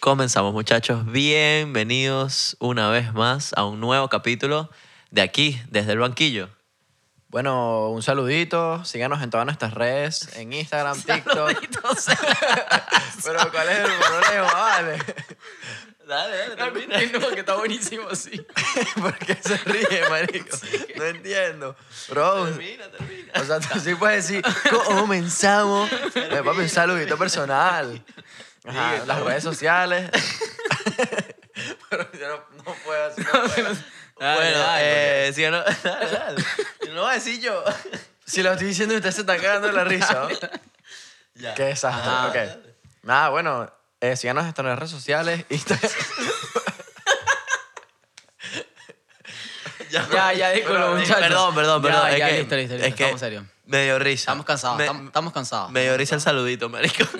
Comenzamos muchachos, bienvenidos una vez más a un nuevo capítulo de aquí, desde el banquillo. Bueno, un saludito. Síganos en todas nuestras redes, en Instagram, TikTok. Pero ¿cuál es el problema? Vale. Dale, dale, termina. Ah, No, que está buenísimo así. ¿Por qué se ríe, marico? No entiendo. Bro, Termina, termina. o sea, tú sí puedes decir, comenzamos. Eh, papi, un saludito personal. Ajá, Sigue, las no. redes sociales. Pero yo no, no puedo así. no puedo. Dale, Bueno, eh, dale, eh, sí, no, dale, dale. No lo voy a decir yo. si lo estoy diciendo y usted se está cagando de la risa, ¿no? Ya. Qué desastre. Ajá. ok. Nada, bueno, eh, síganos en nuestras redes sociales. Instagram. Ya, Ya, ya, Pero, déjalo, muchachos. Perdón, perdón, perdón. Ya, es ya, que, listo, listo, es listo. que Estamos serios. Me dio risa. Estamos cansados, Me- estamos, estamos cansados. Me dio risa el saludito, marico.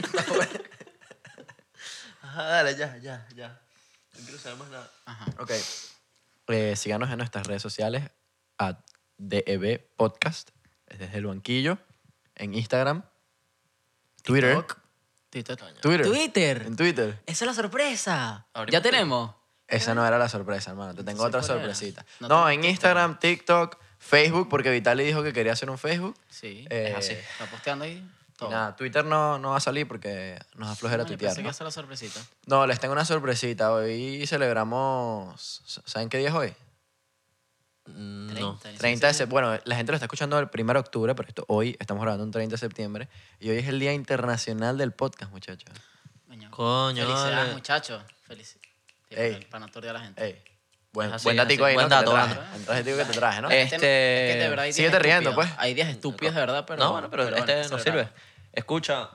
Ajá, dale, ya, ya, ya. No quiero saber más nada. Ajá. Ok. Eh, síganos en nuestras redes sociales a DEB Podcast, es desde el banquillo, en Instagram, Twitter. TikTok. Twitter. Twitter. En Twitter. Esa es la sorpresa. Abrimos Ya tenemos. Esa no era la sorpresa, hermano. Te tengo Entonces, otra ¿cuál era? sorpresita. No, No tengo en Instagram, TikTok, Facebook, porque Vitali dijo que quería hacer un Facebook. Sí, Eh, es así. Está posteando ahí Y todo. Nada, Twitter no, no va a salir porque nos aflojera Coño, tuitear. Pensé ¿no? que esa era la sorpresita. no, les tengo una sorpresita. Hoy celebramos. ¿Saben qué día es hoy? Mm, No. 30, 30 de septiembre. Bueno, la gente lo está escuchando el 1 de octubre, pero esto, hoy estamos grabando un 30 de septiembre. Y hoy es el Día Internacional del Podcast, muchachos. Coño. Coño, Felicidades, vale. muchachos. Felicidades. Ey. Para no aturdir a la gente. Ey, buen, Es así, buen es así. datico ahí, Buen ¿no? Que te dato, traje. buen El datico que te traje, ¿no? Eh, Es Este- que de verdad hay días síguete riendo, estúpidos. pues. Hay días estúpidos, de verdad, pero... No, bueno, pero, bueno, este hay que no celebrar. sirve. Escucha,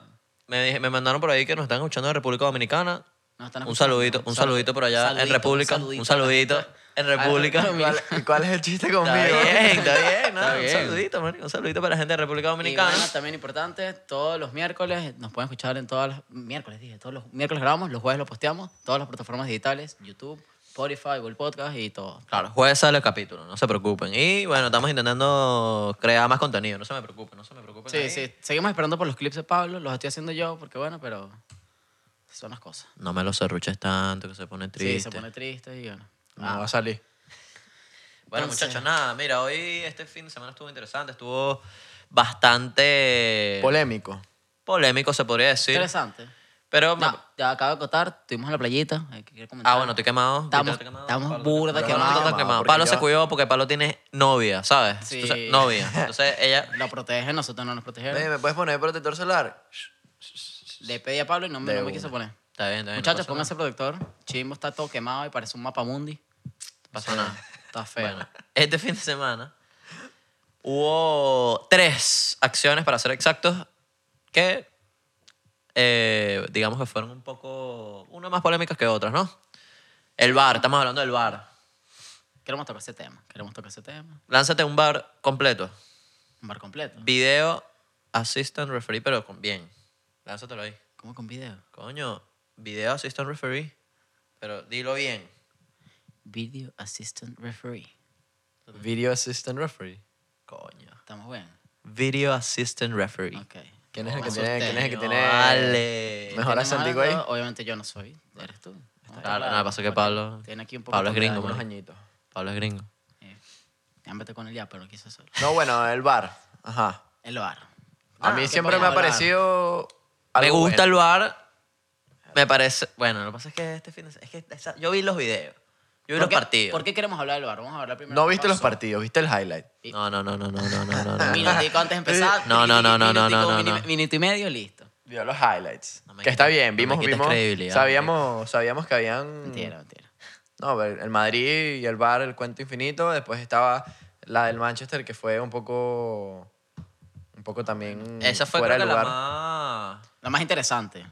me, dije- me mandaron por ahí que nos están escuchando de República Dominicana. Nos están un escuchando. saludito, un saludito por allá en Saludito, República. Un saludito, en la República. gente ¿Cuál- ¿Y cuál es el chiste conmigo? Está bien, está bien, ¿no? Está Un bien. saludito, marico, un saludito para la gente de República Y Dominicana. bueno, también importante, todos los miércoles, nos pueden escuchar en todas las, miércoles dije, todos los miércoles grabamos, los jueves lo posteamos, todas las plataformas digitales, YouTube, Spotify, Google Podcast y todo. Claro, jueves sale el capítulo, no se preocupen. Y bueno, estamos intentando crear más contenido, no se me preocupen, no se me preocupen. Sí, Pues ahí. sí, seguimos esperando por los clips de Pablo, los estoy haciendo yo porque bueno, pero son las cosas. No me lo serruches tanto que se pone triste. Sí, se pone triste y bueno. No va a salir. Bueno, Entonces- muchachos, nada, mira, hoy este fin de semana estuvo interesante, estuvo bastante Polémico. polémico, se podría decir. Interesante. Pero, me- No, ya acabo de acotar, estuvimos en la playita, hay que comentar. ah, bueno, estoy quemado. Estamos- Víctor está quemado, estamos Pablo burda está quemado. quemado. Pablo está quemado. Porque Pablo yo- se cuidó porque Pablo tiene novia, ¿sabes? Sí. Entonces, novia. Entonces, ella... La protegen, nosotros no nos protegemos. Ey, ¿Me puedes poner protector solar? Le pedí a Pablo y no, me- De no me una. quiso poner. Está bien, está bien. Muchachos, no pónganse protector. Chimbo está todo quemado y parece un mapamundi. pues, pasa nada. Pasa nada. Está feo. Bueno, este fin de semana hubo tres acciones, para ser exactos, que eh, digamos que fueron un poco, una más polémicas que otras, ¿no? El bar, estamos hablando del bar. Queremos tocar ese tema. Queremos tocar ese tema. Lánzate un bar completo. Un bar completo. Video assistant referee, pero con bien. Lánzatelo ahí. ¿Cómo con video? Coño, video assistant referee, pero dilo bien. Video Assistant Referee. Video Assistant Referee. Coño. Estamos bien. Video assistant referee. Ok. ¿Quién es el Oh, que me tiene? asusté. ¿Quién es el que Coño, tiene? Vale. Mejor ¿Tenemos acentico ahí. algo? Obviamente yo no soy. Eres tú. Está Claro, nada, pasó que Porque Pablo- Tiene aquí un poco Pablo es de gringo, daño. Unos mano. añitos. Pablo es gringo. Eh, Ya vete con el ya, pero lo quiso solo. No, bueno, el bar. Ajá. El bar. A Ah, mí ¿qué siempre me ha podemos hablar? parecido. Me algo gusta bueno. el bar. Me parece. Bueno, lo que pasa es que este fin de semana. Es que esa- yo vi los videos. Yo vi los ¿Por qué- partidos. ¿Por qué queremos hablar del bar? Vamos a hablar primero. No qué viste los pasó. partidos, viste el highlight. No, no, no, no, no, no, no, no. Un no. minutico antes de empezar. No, no, no, no, no, minutico, no, no, mini- no. Minuto y medio, listo. Vio los highlights. No me que está quites- bien, no vimos, me quites vimos. credibilidad, Sabíamos, sabíamos que habían. Mentira, mentira. No, pero el Madrid y el Bar, el cuento infinito. Después estaba la del Manchester, que fue un poco. Un poco también. Esa fue fuera creo de que la lugar. más. Lo más interesante.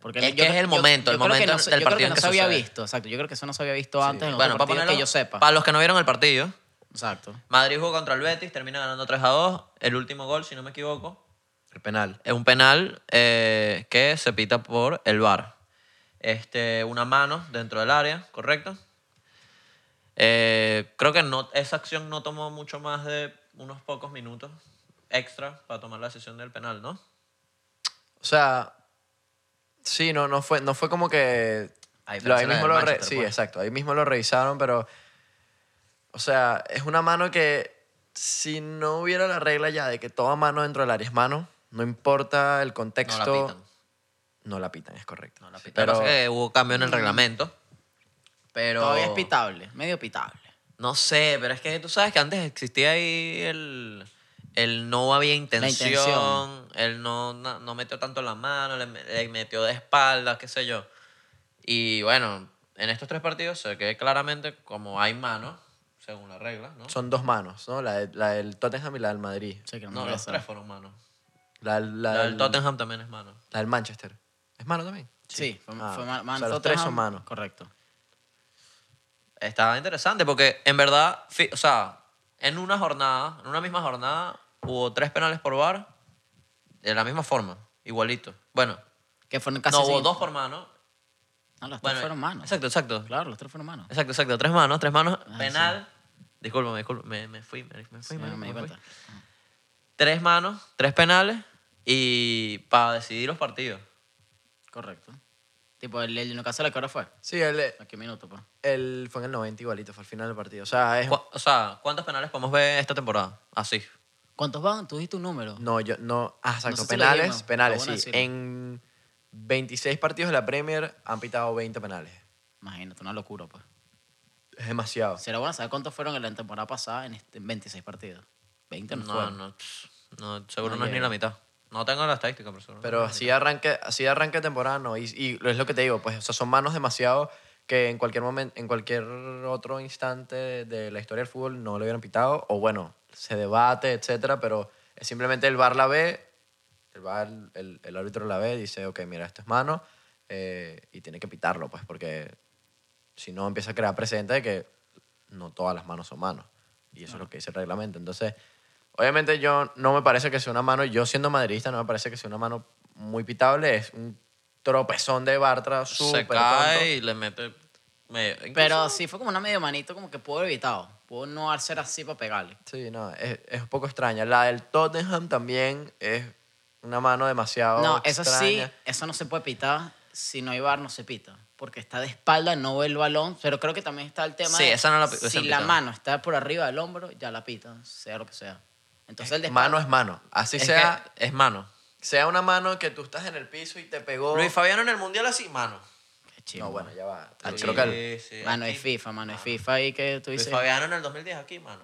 Porque Es que es el momento, el creo que momento no se- del yo creo partido que en no que se había sucede. visto, exacto. Yo creo que eso no se había visto antes en Bueno, para otro partido ponerlo- que yo sepa. Para los que no vieron el partido, Exacto. Madrid jugó contra el Betis, termina ganando 3 a 2. El último gol, si no me equivoco, El penal. es un penal eh, que se pita por el bar. Este, una mano dentro del área, ¿correcto? Eh, creo que no, esa acción no tomó mucho más de unos pocos minutos extra para tomar la decisión del penal, ¿no? O sea. Sí, no, no, fue, no fue como que... Ahí, lo- ahí la mismo del lo re- Manchester, sí, pues. exacto. Ahí mismo lo revisaron, pero... O sea, es una mano que si no hubiera la regla ya de que toda mano dentro del área es mano, no importa el No contexto... la pitan. No la pitan, es correcto. No la Sí, pitan. Lo que pero- pasa es que hubo cambio en el reglamento. Pero. Todavía es pitable, medio pitable. No sé, pero es que tú sabes que antes existía ahí el, el no había intención, intención. el no, no, no metió tanto la mano, le, me- le metió de espaldas, qué sé yo. Y bueno, en estos tres partidos se ve claramente como hay mano, según la regla, ¿no? Son dos manos, ¿no? La, de- la del Tottenham y la del Madrid. Sí, que no me no, los molesta. tres fueron manos. La, del- la La del del, Tottenham también es mano. la del Manchester. ¿Es mano también? Sí, fue, Ah, fue ma- o sea, man- los tres son Tottenham, manos. Correcto. Estaba interesante porque en verdad, fi- o sea, en una jornada, en una misma jornada, hubo tres penales por bar de la misma forma, igualito. Bueno, Que fueron casi no hubo sin- dos por mano. No, los Bueno, tres fueron manos. Exacto, exacto. Claro, los tres fueron manos. Exacto, exacto. Tres manos, tres manos. Ah, penal. Disculpa, disculpa. Me, me fui, me, me fui. Sí, marico, me di me fui. cuenta. Tres manos, tres penales y para decidir los partidos. Correcto. Tipo, el, el Newcastle, ¿a qué hora fue? Sí, el, ¿A qué minuto, pues? el, fue en el 90 igualito, fue al final del partido. O sea, es, Cu- O sea, ¿cuántos penales podemos ver esta temporada? Así. ¿Cuántos van? Tú dijiste un número. No, yo no. Ah, exacto. sé si lo penales, dijimos, penales, pero bueno sí. decirlo. En 26 partidos de la Premier han pitado 20 penales. Imagínate, una locura, pues. Es demasiado. Será bueno saber cuántos fueron en la temporada pasada en este- en 26 partidos. 20 no, No, fueron. no, pss, no, seguro No no, es ni llega. la mitad. No tengo la estadística, pero seguro. Pero así de arranque, así de arranque de temporada no. Y, y es lo que te digo, pues, o sea, son manos demasiado que en cualquier momento, en cualquier otro instante de la historia del fútbol no lo hubieran pitado. O bueno, se debate, etcétera, pero es simplemente el VAR la ve, el VAR, el, el árbitro la ve, dice, ok, mira, esto es mano, eh, y tiene que pitarlo, pues, porque si no empieza a crear precedente de que no todas las manos son manos. Y eso es lo que dice el reglamento. Entonces, obviamente yo no me parece que sea una mano, yo siendo madridista no me parece que sea una mano muy pitable, es un tropezón de Bartra se súper cae tonto. y le mete. medio- incluso- Pero sí, fue como una medio manito, como que pudo evitado. Pudo no hacer así para pegarle. Sí, no, es, es un poco extraña. La del Tottenham también es una mano Oh, demasiado No, eso extraña. sí, eso no se puede pitar. Si no hay bar, no se pita. Porque está de espalda, no ve el balón. Pero creo que también está el tema Sí, de esa no la pi- esa si la pitada. mano está por arriba del hombro, ya la pita, sea lo que sea. Entonces Eh, el de Mano espalda- es mano. Así es, sea, que es mano. sea una mano que tú estás en el piso y te pegó. Luis Fabiano en el mundial así, mano. Qué chimbo. No, bueno, ya va. Ah, Creo sí. que el- sí, Mano aquí. Ah. es FIFA, mano es FIFA y que tú Luis dices... Fabiano en el 2010 aquí, mano.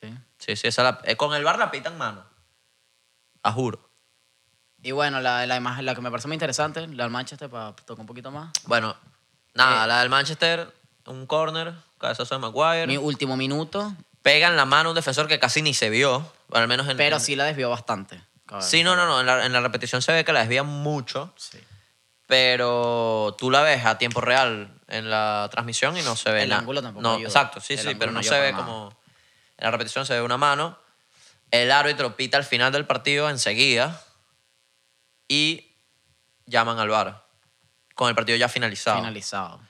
Sí. Sí, sí, esa la- eh, con el bar la pitan mano. A juro. Y bueno, la, la, imagen- la que me pareció muy interesante, la del Manchester, para tocar un poquito más. Bueno, nada, Eh. la del Manchester, un corner, cabezazo de Maguire. Mi último minuto, Pegan la mano a un defensor que casi ni se vio, o al menos en... pero en- sí la desvió bastante. cabrón. Sí, no, no, no, en la, en la repetición se ve que la desvían mucho, Sí. pero tú la ves a tiempo real en la transmisión y no se ve El nada. ángulo tampoco No, ayuda. exacto, sí, El sí, ángulo pero no no ayuda se ve para nada. como... En la repetición se ve una mano, el árbitro pita al final del partido enseguida y llaman al VAR con el partido ya finalizado. Finalizado.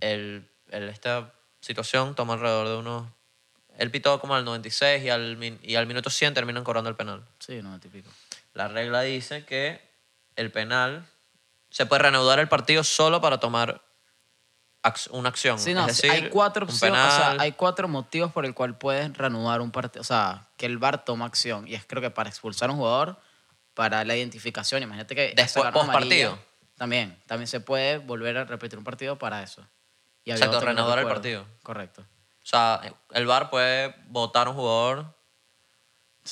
el, el- esta situación toma alrededor de unos... Él pitó como al 96 y al, min- y al minuto 100 terminan cobrando el penal. Sí, no, típico. La regla dice que el penal se puede reanudar el partido solo para tomar ac- una acción. Sí, no, es sí, decir, hay cuatro un opciones, o sea, penal. hay cuatro motivos por el cual puedes reanudar un partido, o sea, que el VAR toma acción y es creo que para expulsar a un jugador, para la identificación, imagínate que Después, sacaron amarilla, postpartido. También, también se puede volver a repetir un partido para eso. Y había Exacto, otro que no reanudar el recuerdo. partido. Correcto. O sea, el VAR puede votar a un jugador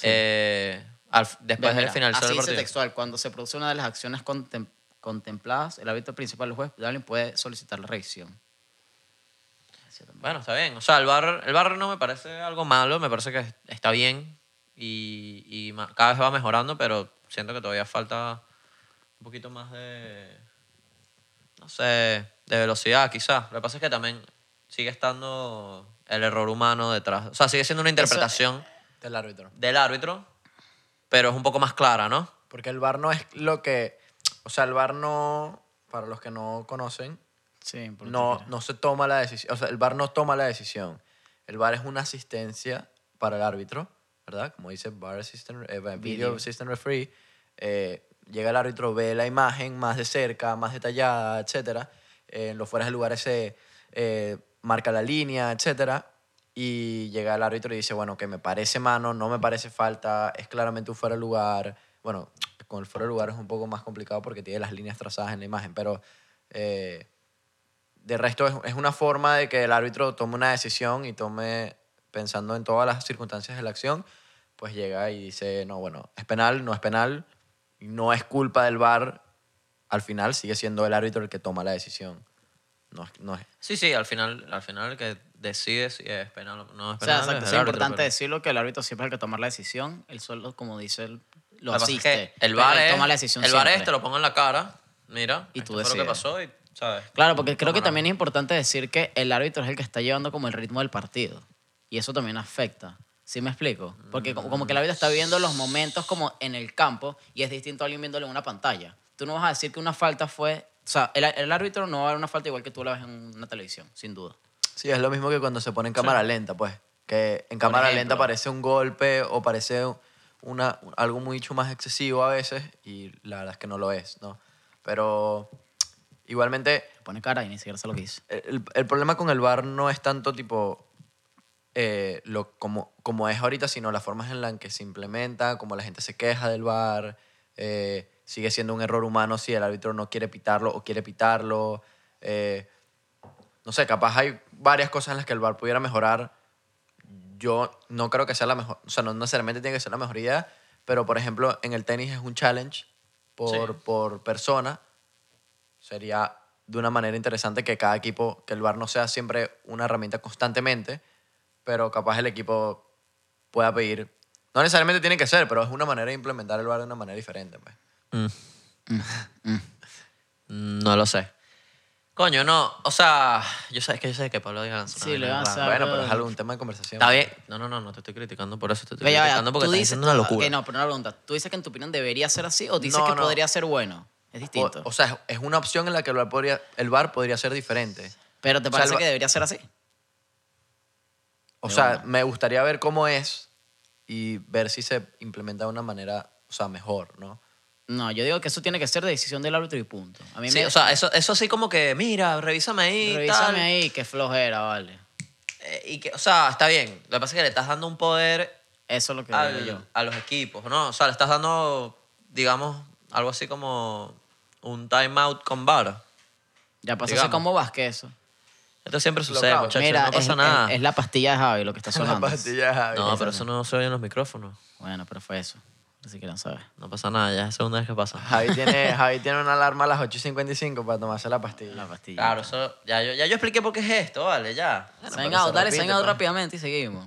eh, al- después Mira, de finalizar así el dice partido. textual, cuando se produce una de las acciones contem- contempladas, el árbitro principal del juez alguien puede solicitar la revisión. Bueno, está bien. O sea, el bar, el bar no me parece algo malo, me parece que está bien y, y ma- cada vez va mejorando, pero siento que todavía falta un poquito más de, no sé, de velocidad quizás. Lo que pasa es que también sigue estando el error humano detrás. O sea, sigue siendo una interpretación del árbitro. del árbitro, pero es un poco más clara, ¿no? Porque el bar no es lo que. O sea, el bar no. Para los que no conocen, Sí, por no, no se toma la decisión. O sea, el bar no toma la decisión. El bar es una asistencia para el árbitro, ¿verdad? Como dice bar assistant, eh, video Video. assistant referee. eh, llega el árbitro, ve la imagen más de cerca, más detallada, etcétera. En los fueras de lugares se eh, marca la línea, etcétera. Y llega el árbitro y dice, bueno, que me parece mano, no me parece falta, es claramente un fuera de lugar. Bueno, con el fuera de lugar es un poco más complicado porque tiene las líneas trazadas en la imagen, pero eh, de resto es, es una forma de que el árbitro tome una decisión y tome, pensando en todas las circunstancias de la acción, pues llega y dice, no, bueno, es penal, no es penal, no es culpa del VAR, al final sigue siendo el árbitro el que toma la decisión. No, es- no es, Sí, sí, al final, al final el que decide si es penal o no es O penal. es sea, exacto, es el árbitro, importante pero- decirlo que el árbitro siempre es el que toma la decisión. Él solo, como dice, él, Lo lo que pasa es asiste. que el pero bar él es, toma la decisión el bar es, siempre. te lo pongo en la cara, mira, Y tú esto fue lo decides. que pasó y, ¿sabes? Claro, porque creo que Tómala. también es importante decir que el árbitro es el que está llevando como el ritmo del partido. Y eso también afecta. ¿Sí me explico? Porque como, como que el árbitro está viendo los momentos como en el campo y es distinto a alguien viéndolo en una pantalla. Tú no vas a decir que una falta fue... O sea, el, el árbitro no va a ver una falta igual que tú la ves en una televisión, sin duda. Sí, es lo mismo que cuando se pone en cámara lenta, pues. Que en cámara lenta ejemplo. parece un golpe o parece una, algo mucho más excesivo a veces y la verdad es que no lo es, ¿no? Pero igualmente Pone cara y ni siquiera sé lo que dice. el, el problema con el bar no es tanto tipo eh, lo, como, como es ahorita, sino las formas en las que se implementa, como la gente se queja del bar, eh, sigue siendo un error humano si el árbitro no quiere pitarlo o quiere pitarlo. eh, no sé, capaz hay varias cosas en las que el bar pudiera mejorar. Yo no creo que sea la mejor, o sea, no necesariamente tiene que ser la mejor idea, pero por ejemplo, en el tenis es un challenge por, por persona sería de una manera interesante que cada equipo, que el VAR no sea siempre una herramienta constantemente, pero capaz el equipo pueda pedir. No necesariamente tiene que ser, pero es una manera de implementar el VAR de una manera diferente. pues. Mm, No lo sé. Coño, no, o sea, yo sé, es que yo sé que Pablo Díaz lanzó una Sí, vaina le rara. vas a- Bueno, pero es algo, un tema de conversación. Está bien. No, no, no, no te estoy criticando por eso, te estoy Ve, ya, ya, criticando porque tú estás dices- diciendo una ok, locura. no, pero una pregunta. ¿Tú dices que en tu opinión debería ser así o dices No, que no. podría ser bueno? Es O, distinto. o sea, es- es una opción en la que el VAR podría, el VAR podría ser diferente. pero ¿te o sea, parece el- que debería ser así? O De sea, una. me gustaría ver cómo es y ver si se implementa de una manera, o sea, mejor, ¿no? No, yo digo que eso tiene que ser de decisión del árbitro y punto. A mí Sí, me o sea, eso, eso así como que, mira, revísame ahí. revísame tal. ahí, qué flojera, vale. Eh, y que, o sea, está bien. Lo que pasa es que le estás dando un poder Eso es lo que al- digo yo. a los equipos, ¿no? O sea, le estás dando, digamos, algo así como un timeout con bar. Ya pasó digamos. así como Vázquez eso. Esto siempre sucede, Locao. muchachos. Mira, no es, pasa es- nada. es la pastilla de Javi lo que está sonando. La pastilla, Javi. no, pero eso no se oye en los micrófonos. Bueno, pero fue eso. Así que no sabes. No pasa nada, ya es la segunda vez que pasa. Javi tiene, Javi tiene una alarma a las 8.55 para tomarse la pastilla. La pastilla. Claro, eso, ya, yo, ya yo expliqué por qué es esto, ¿vale? Ya. Sign pero out, se dale repite, sign out pues. rápidamente y seguimos.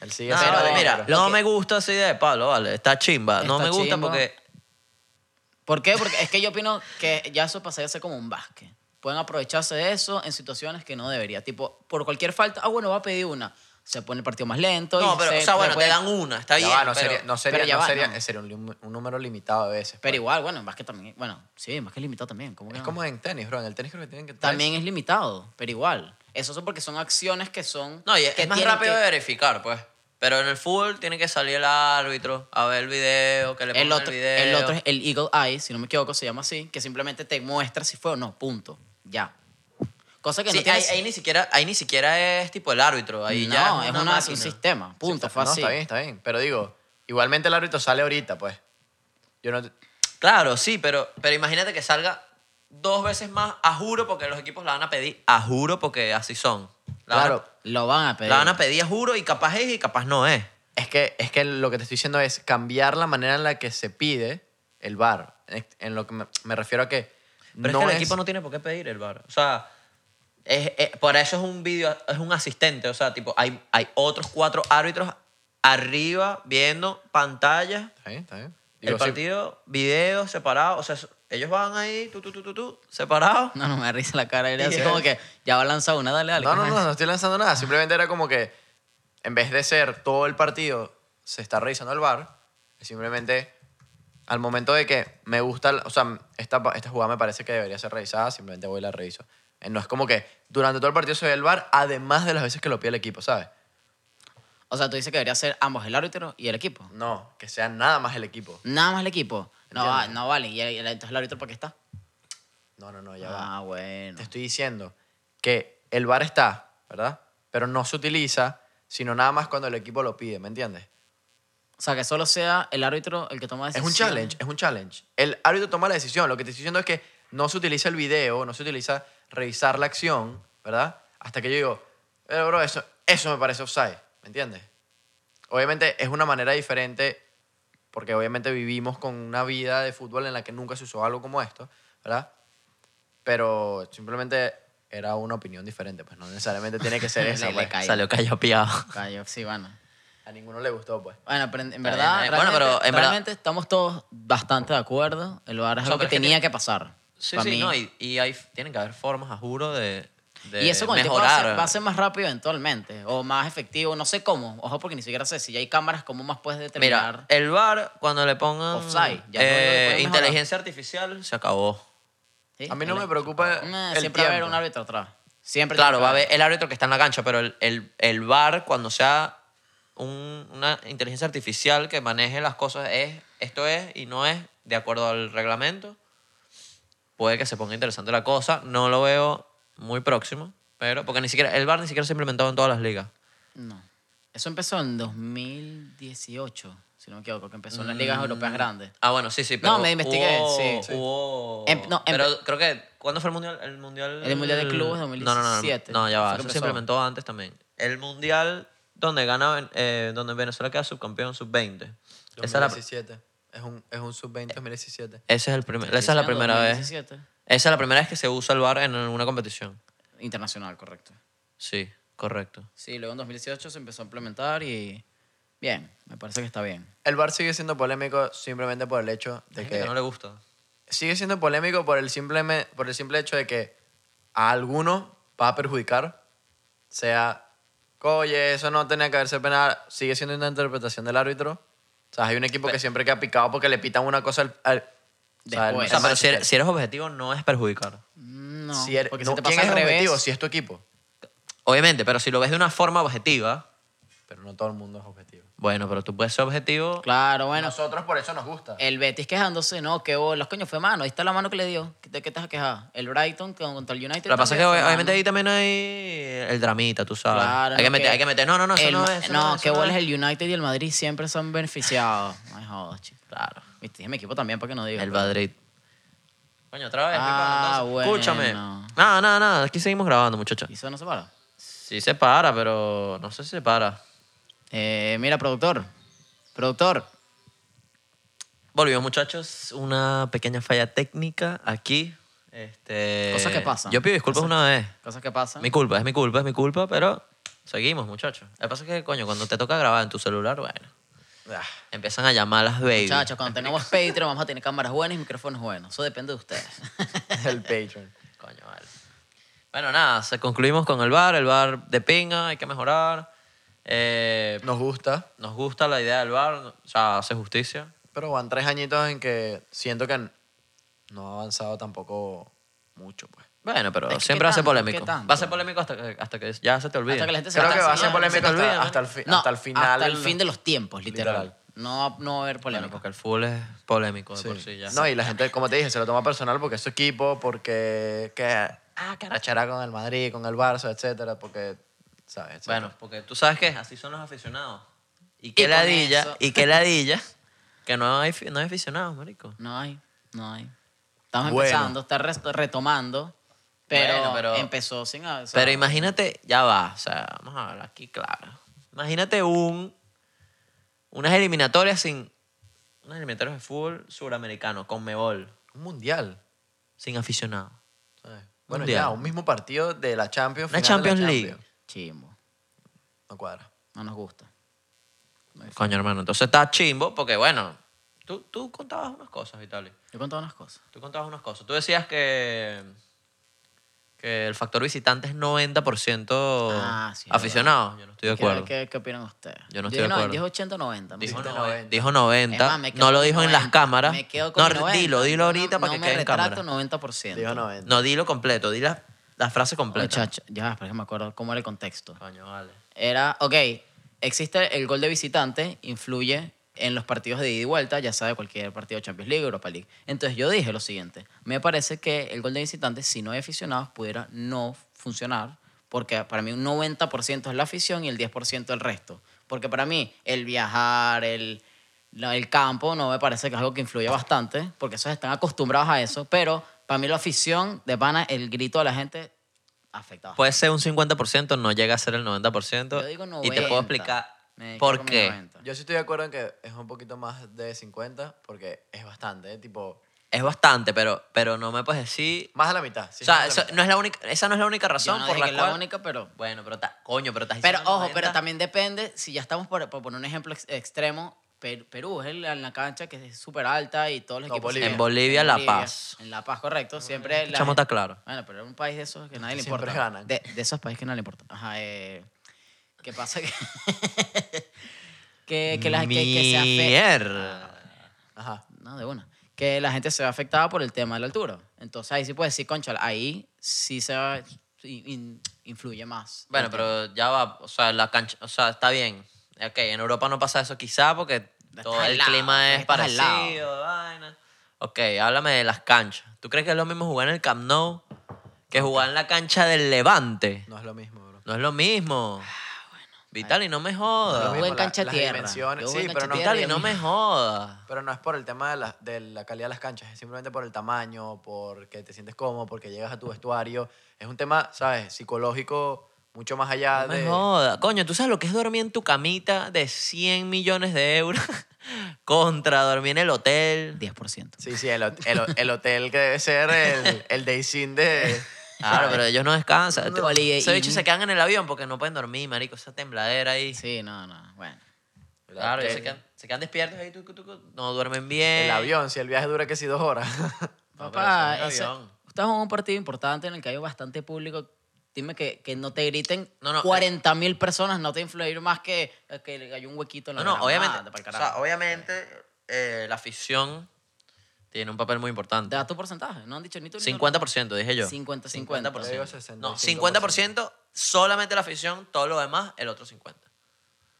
Él sigue No, siendo vale, negro. mira, Lo no que- me gusta esa idea de Pablo, ¿vale? Está chimba. no Está me gusta chimba. porque ¿Por qué? Porque es que yo opino que ya eso pasaría a ser como un Vázquez. Pueden aprovecharse de eso en situaciones que no debería. Tipo, por cualquier falta, ah, bueno, va a pedir una. Se pone el partido más lento. y No, pero, se- o sea, se bueno, puede- te dan una, está Ya bien. va, no pero- sería, no sería, pero ya no va, sería, no. sería un, lim- un número limitado de veces. Pero igual, bueno, en básquet también. Bueno, sí, en básquet es limitado también. ¿cómo que es no? como en tenis, bro. En el tenis creo que tienen que... También es limitado, pero igual. Eso son porque son acciones que son. No, y es, que es más tienen rápido que- de verificar, pues. Pero en el fútbol tiene que salir el árbitro a ver el video, que le pongan El el, otro, video. el otro es el Eagle Eye, si no me equivoco, se llama así, que simplemente te muestra si fue o no, punto. Ya. Cosa que Sí, no tiene. ahí, ahí ni siquiera, ahí ni siquiera es tipo el árbitro. Ahí no, ya es, una una- es un máquina. sistema, punto, fue no, así. está bien, está bien. Pero digo, igualmente el árbitro sale ahorita, pues. Yo no... Claro, sí, pero, pero imagínate que salga dos veces más a juro porque los equipos la van a pedir a juro porque así son. La van a- Claro. Lo van a pedir. la van a pedir a juro y capaz es y capaz no es. Es que, es que lo que te estoy diciendo es cambiar la manera en la que se pide el bar. En lo que me, me refiero a que... Pero es que el equipo no tiene por qué pedir el bar. O sea, es- es- por eso es un video, es un asistente. O sea, tipo, hay, hay otros cuatro árbitros arriba viendo pantallas, Está bien, está bien. el Digo, sí, partido, videos separados. O sea, eso- ellos van ahí, tú, tú, tú, tú, tú, separados. No, no, me da risa la cara. Era así Sí. como que ya va a lanzar una, dale, dale. No, no, ¿cómo no, es? no estoy lanzando nada. Simplemente era como que en vez de ser todo el partido se está revisando el bar, simplemente al momento de que me gusta, el- o sea, esta, pa- esta jugada me parece que debería ser revisada, simplemente voy y la reviso. Eh, No es como que durante todo el partido se ve el bar, además de las veces que lo pide el equipo, ¿sabes? O sea, tú dices que debería ser ambos el árbitro y el equipo. No, que sea nada más el equipo. Nada más el equipo. No, va- no vale. ¿Y el- entonces el árbitro para qué está? No, no, no, ya va. Ah, bueno. Te estoy diciendo que el bar está, ¿verdad? Pero no se utiliza, sino nada más cuando el equipo lo pide, ¿me entiendes? O sea, que solo sea el árbitro el que toma Es decisiones. un challenge, es un challenge. El árbitro toma la decisión. Lo que te estoy diciendo es que no se utiliza el video, no se utiliza revisar la acción, ¿verdad? Hasta que yo digo, eh, bro, eso, eso me parece offside, ¿me entiendes? Obviamente es una manera diferente, porque obviamente vivimos con una vida de fútbol en la que nunca se usó algo como esto, ¿verdad? Pero simplemente era una opinión diferente, pues no necesariamente tiene que ser esa, Le- le pues. cae. Ahí. Salió callado pillado. Cayó, sí, bueno. A ninguno le gustó, pues. Bueno, pero en, en Está verdad, bien, eh. Bueno, realmente, pero en verdad- realmente estamos todos bastante de acuerdo. El VAR es O sea, algo pero que es que tenía tiene- que pasar. Sí, Pa' sí, mí. no, y, y hay, tienen que haber formas, a juro, de, de Y eso con el tiempo va a, mejorar. ser, va a ser más rápido eventualmente, o más efectivo, no sé cómo. Ojo, porque ni siquiera sé si ya hay cámaras, ¿cómo más puedes determinar? Mira, el VAR, cuando le pongan Offside, ya no lo eh, pueden mejorar. inteligencia artificial, se acabó. ¿sí? A mí no El- me preocupa Eh, el siempre va a haber tiempo. un árbitro atrás. Siempre. Claro, tiene que va a haber. haber el árbitro que está en la cancha, pero el, el, el VAR, cuando sea un- una inteligencia artificial que maneje las cosas, es esto es y no es de acuerdo al reglamento, puede que se ponga interesante la cosa. No lo veo muy próximo, pero porque ni siquiera el VAR ni siquiera se ha implementado en todas las ligas. No. Eso empezó en 2018, si no me equivoco, que empezó en las ligas europeas grandes. Ah, bueno, sí, sí, pero No, me investigué, hubo- sí, sí. hubo- Em- no, em- pero creo que ¿cuándo fue el mundial? El mundial El Mundial de Clubes No, no, No, 2017. no, ya va, Fue que eso se empezó. implementó antes también. El mundial donde gana eh, donde Venezuela queda subcampeón sub-20. Esa es la pr- 2017. Es un, es un sub-20 2017. esa es el primer- esa es la primera vez. 2017. Esa es la primera vez que se usa el VAR en una competición. Internacional, correcto. Sí, correcto. Sí, luego en 2018 se empezó a implementar y. Bien, me parece que está bien. El VAR sigue siendo polémico simplemente por el hecho Hay de gente que... que no le gusta. Sigue siendo polémico por el, simple, me- por el simple hecho de que a algunos va a perjudicar. Sea, oye, eso no tenía que haberse penal. Sigue siendo una interpretación del árbitro. O sea, hay un equipo que siempre queda picado porque le pitan una cosa al... al- o sea, el- Después. O sea, Esa pero si eres, si eres objetivo no es perjudicar. No, si eres- porque no, si te ¿quién pasa al es el revés. objetivo? Si es tu equipo. Obviamente, pero si lo ves de una forma objetiva, Pero no todo el mundo es objetivo. bueno, pero tú puedes ser objetivo Claro, bueno. Eh. Nosotros por eso nos gusta. El Betis quejándose, no, que los coños fue mano. Ahí está la mano que le dio. ¿De qué te has quejado? El Brighton con- contra el United. Lo que pasa es que también fue obviamente mano. ahí también hay el dramita, tú sabes. pues, Claro, Ah, hay, que no, meter, hay que meter. No, no, no, eso el no Ma- es. eso No, es, que eso bolas es. el United y el Madrid siempre se han beneficiado. Ay, jodas, chico. Claro. Viste, dije mi equipo también para que no diga. El pero- Madrid. Coño, otra vez. pues. Ah, Ricardo, entonces. bueno. Escúchame. Nada, nada, nada. Aquí seguimos grabando, muchachos. ¿Y eso no se para? Sí se para, pero no sé si se para. Eh, mira, productor. Productor. Volvió, muchachos. Una pequeña falla técnica aquí. Este, Cosas que pasan. Yo pido disculpas una vez. Cosas que pasan. Mi culpa, es mi culpa, es mi culpa, pero seguimos, muchachos. Lo que pasa es que, coño, cuando te toca grabar en tu celular, bueno, Ah, empiezan a llamar las babies. Muchachos, cuando tengamos Patreon vamos a tener cámaras buenas y micrófonos buenos. Eso depende de ustedes. El Patreon. Coño, vale. Bueno, nada, se concluimos con el bar, el bar de pinga, hay que mejorar. Eh, Nos gusta. Nos gusta la idea del bar, o sea, hace justicia. Pero van tres añitos en que siento que no ha avanzado tampoco mucho, pues. Bueno, pero Es que, ¿qué siempre hace tanto? polémico. ¿Qué tanto? Va a ser polémico hasta que, hasta que ya se te olvide. Hasta que la gente se Creo va a que va a cansar. ser polémico se te olvida, hasta, ¿no? hasta el fi- No, hasta el final. Hasta el fin de los tiempos, literal. Literal. No, va- no va a haber Bueno, polémica. porque el fútbol es polémico de Sí. por sí ya. No, y la gente, como te dije, se lo toma personal porque es su equipo, porque que, ah, carachará con el Madrid, con el Barça, etcétera, porque, ¿sabes? etcétera. Bueno, porque tú sabes que así son los aficionados. Y qué con ladilla, eso. y qué ladilla, que no hay, fi- no hay aficionados, marico. No hay, no hay. Estamos Bueno. empezando, está res- retomando, pero, Bueno, pero- empezó sin... o sea, Pero imagínate, ya va, o sea, vamos a hablar aquí claro. Imagínate un unas eliminatorias sin unas eliminatorias de fútbol suramericano con Mebol, Un mundial. sin aficionado. ¿sabes? Bueno, Mundial. ya, un mismo partido de la Champions. Una final de la Champions League. Chimbo, No cuadra. no nos gusta. Coño, hermano, entonces está chimbo porque bueno, tú, tú contabas unas cosas, Vitali. Yo contaba unas cosas. Tú contabas unas cosas. Tú decías que que el factor visitante es 90% Ah, sí, es aficionado. Yo no estoy de ¿Qué- acuerdo. ¿Qué, qué opinan ustedes? Yo no estoy de acuerdo. Dijo 80 90. me Dijo siento- 90. Dijo Es 90. más, me quedo no lo con dijo en las 90, cámaras. Me quedo con no, 90. dilo, dilo ahorita no, para no que quede en cámara. me retracto 90%. Dijo 90. No, dilo completo, di la, la frase completa. Muchacho, ya, pero es que me acuerdo cómo era el contexto. Coño, vale. Era, ok, existe el gol de visitante, influye en los partidos de ida y vuelta, ya sea de cualquier partido de Champions League, Europa League. Entonces yo dije lo siguiente, me parece que el gol de visitante, si no hay aficionados, pudiera no funcionar, porque para mí un 90% es la afición y el 10% el resto. Porque para mí el viajar, el, la- el campo, no me parece que es algo que influye bastante, porque esos están acostumbrados a eso, pero para mí la afición de pana, el grito de la gente afecta bastante. Puede ser un 50%, no llega a ser el 90%. Yo digo Y te puedo 90. explicar Me por quedo con mi qué. 90. Yo sí estoy de acuerdo en que es un poquito más de 50 porque es bastante, ¿eh? tipo, Es bastante, pero, pero no me puedes decir... más de la mitad. o sí, sea, más de la eso no es la única, esa no es la única razón Yo no por dije la que es cual... la única, pero Bueno, pero ta- coño, pero estás Pero diciendo ojo, 90. pero también depende, si ya estamos por, por poner un ejemplo ex- extremo, Per- Perú es el- en la cancha que es súper alta y todos los No, equipos... Bolivia. En Bolivia, La Paz. En La Paz, correcto. Siempre... El la chamo gente- está claro. Bueno, pero es un país de esos que nadie le Siempre importa. ganan. De, de esos países que no le importa. Ajá, eh, ¿Qué pasa? Que, que, que, la, que, que se afecta... Mierda. mitad. Ajá. No, de una. Que la gente se ve afectada por el tema de la altura. Entonces ahí sí puedes decir, concha, ahí sí se va- in- in- influye más. Bueno, el tema. pero ya va, o sea, la cancha, o sea, está bien. Ok, en Europa no pasa eso quizá porque Estás todo al el lado, clima es estás al lado. parecido, vaina. Ok, háblame de las canchas. ¿Tú crees que es lo mismo jugar en el Camp Nou que jugar en la cancha del Levante? No es lo mismo, bro. No es lo mismo. Ah, Vitali, no me jodas. Yo jugué en cancha Las tierra. dimensiones, Yo jugué sí, en pero cancha no- tierra y Vitali, a no mí- me jodas. Pero no es por el tema de la, de la calidad de las canchas, es simplemente por el tamaño, porque te sientes cómodo, porque llegas a tu vestuario. Es un tema, ¿sabes? Psicológico mucho más allá No me de... joda. Coño, ¿tú sabes lo que es dormir en tu camita de 100 millones de euros contra dormir en el hotel? 10%. Sí, sí, el, hot- el ho- el hotel que debe ser el, el day scene de... Claro, pero ellos no descansan. No. Se Y- dicho, se quedan en el avión porque no pueden dormir, marico. Esa tembladera ahí. Sí, no, no. Bueno. claro, ellos el, se quedan, se quedan despiertos ahí. tucu, tucu, no duermen bien. el avión, si el viaje dura que si dos horas. No, Papá, pero eso es ese- avión. estás en un partido importante en el que hay bastante público. Dime que, que no te griten No, eh. no, 40 mil personas, no te influir más que que hay un huequito en la No, no, grama. obviamente. Anda pa'l o carajo. sea, obviamente eh, la afición tiene un papel muy importante. Da tu porcentaje, no han dicho ni tú ni tú. 50%, dije yo. 50, 50%. Yo digo 65%. No, 50% solamente la afición, todo lo demás, el otro 50%.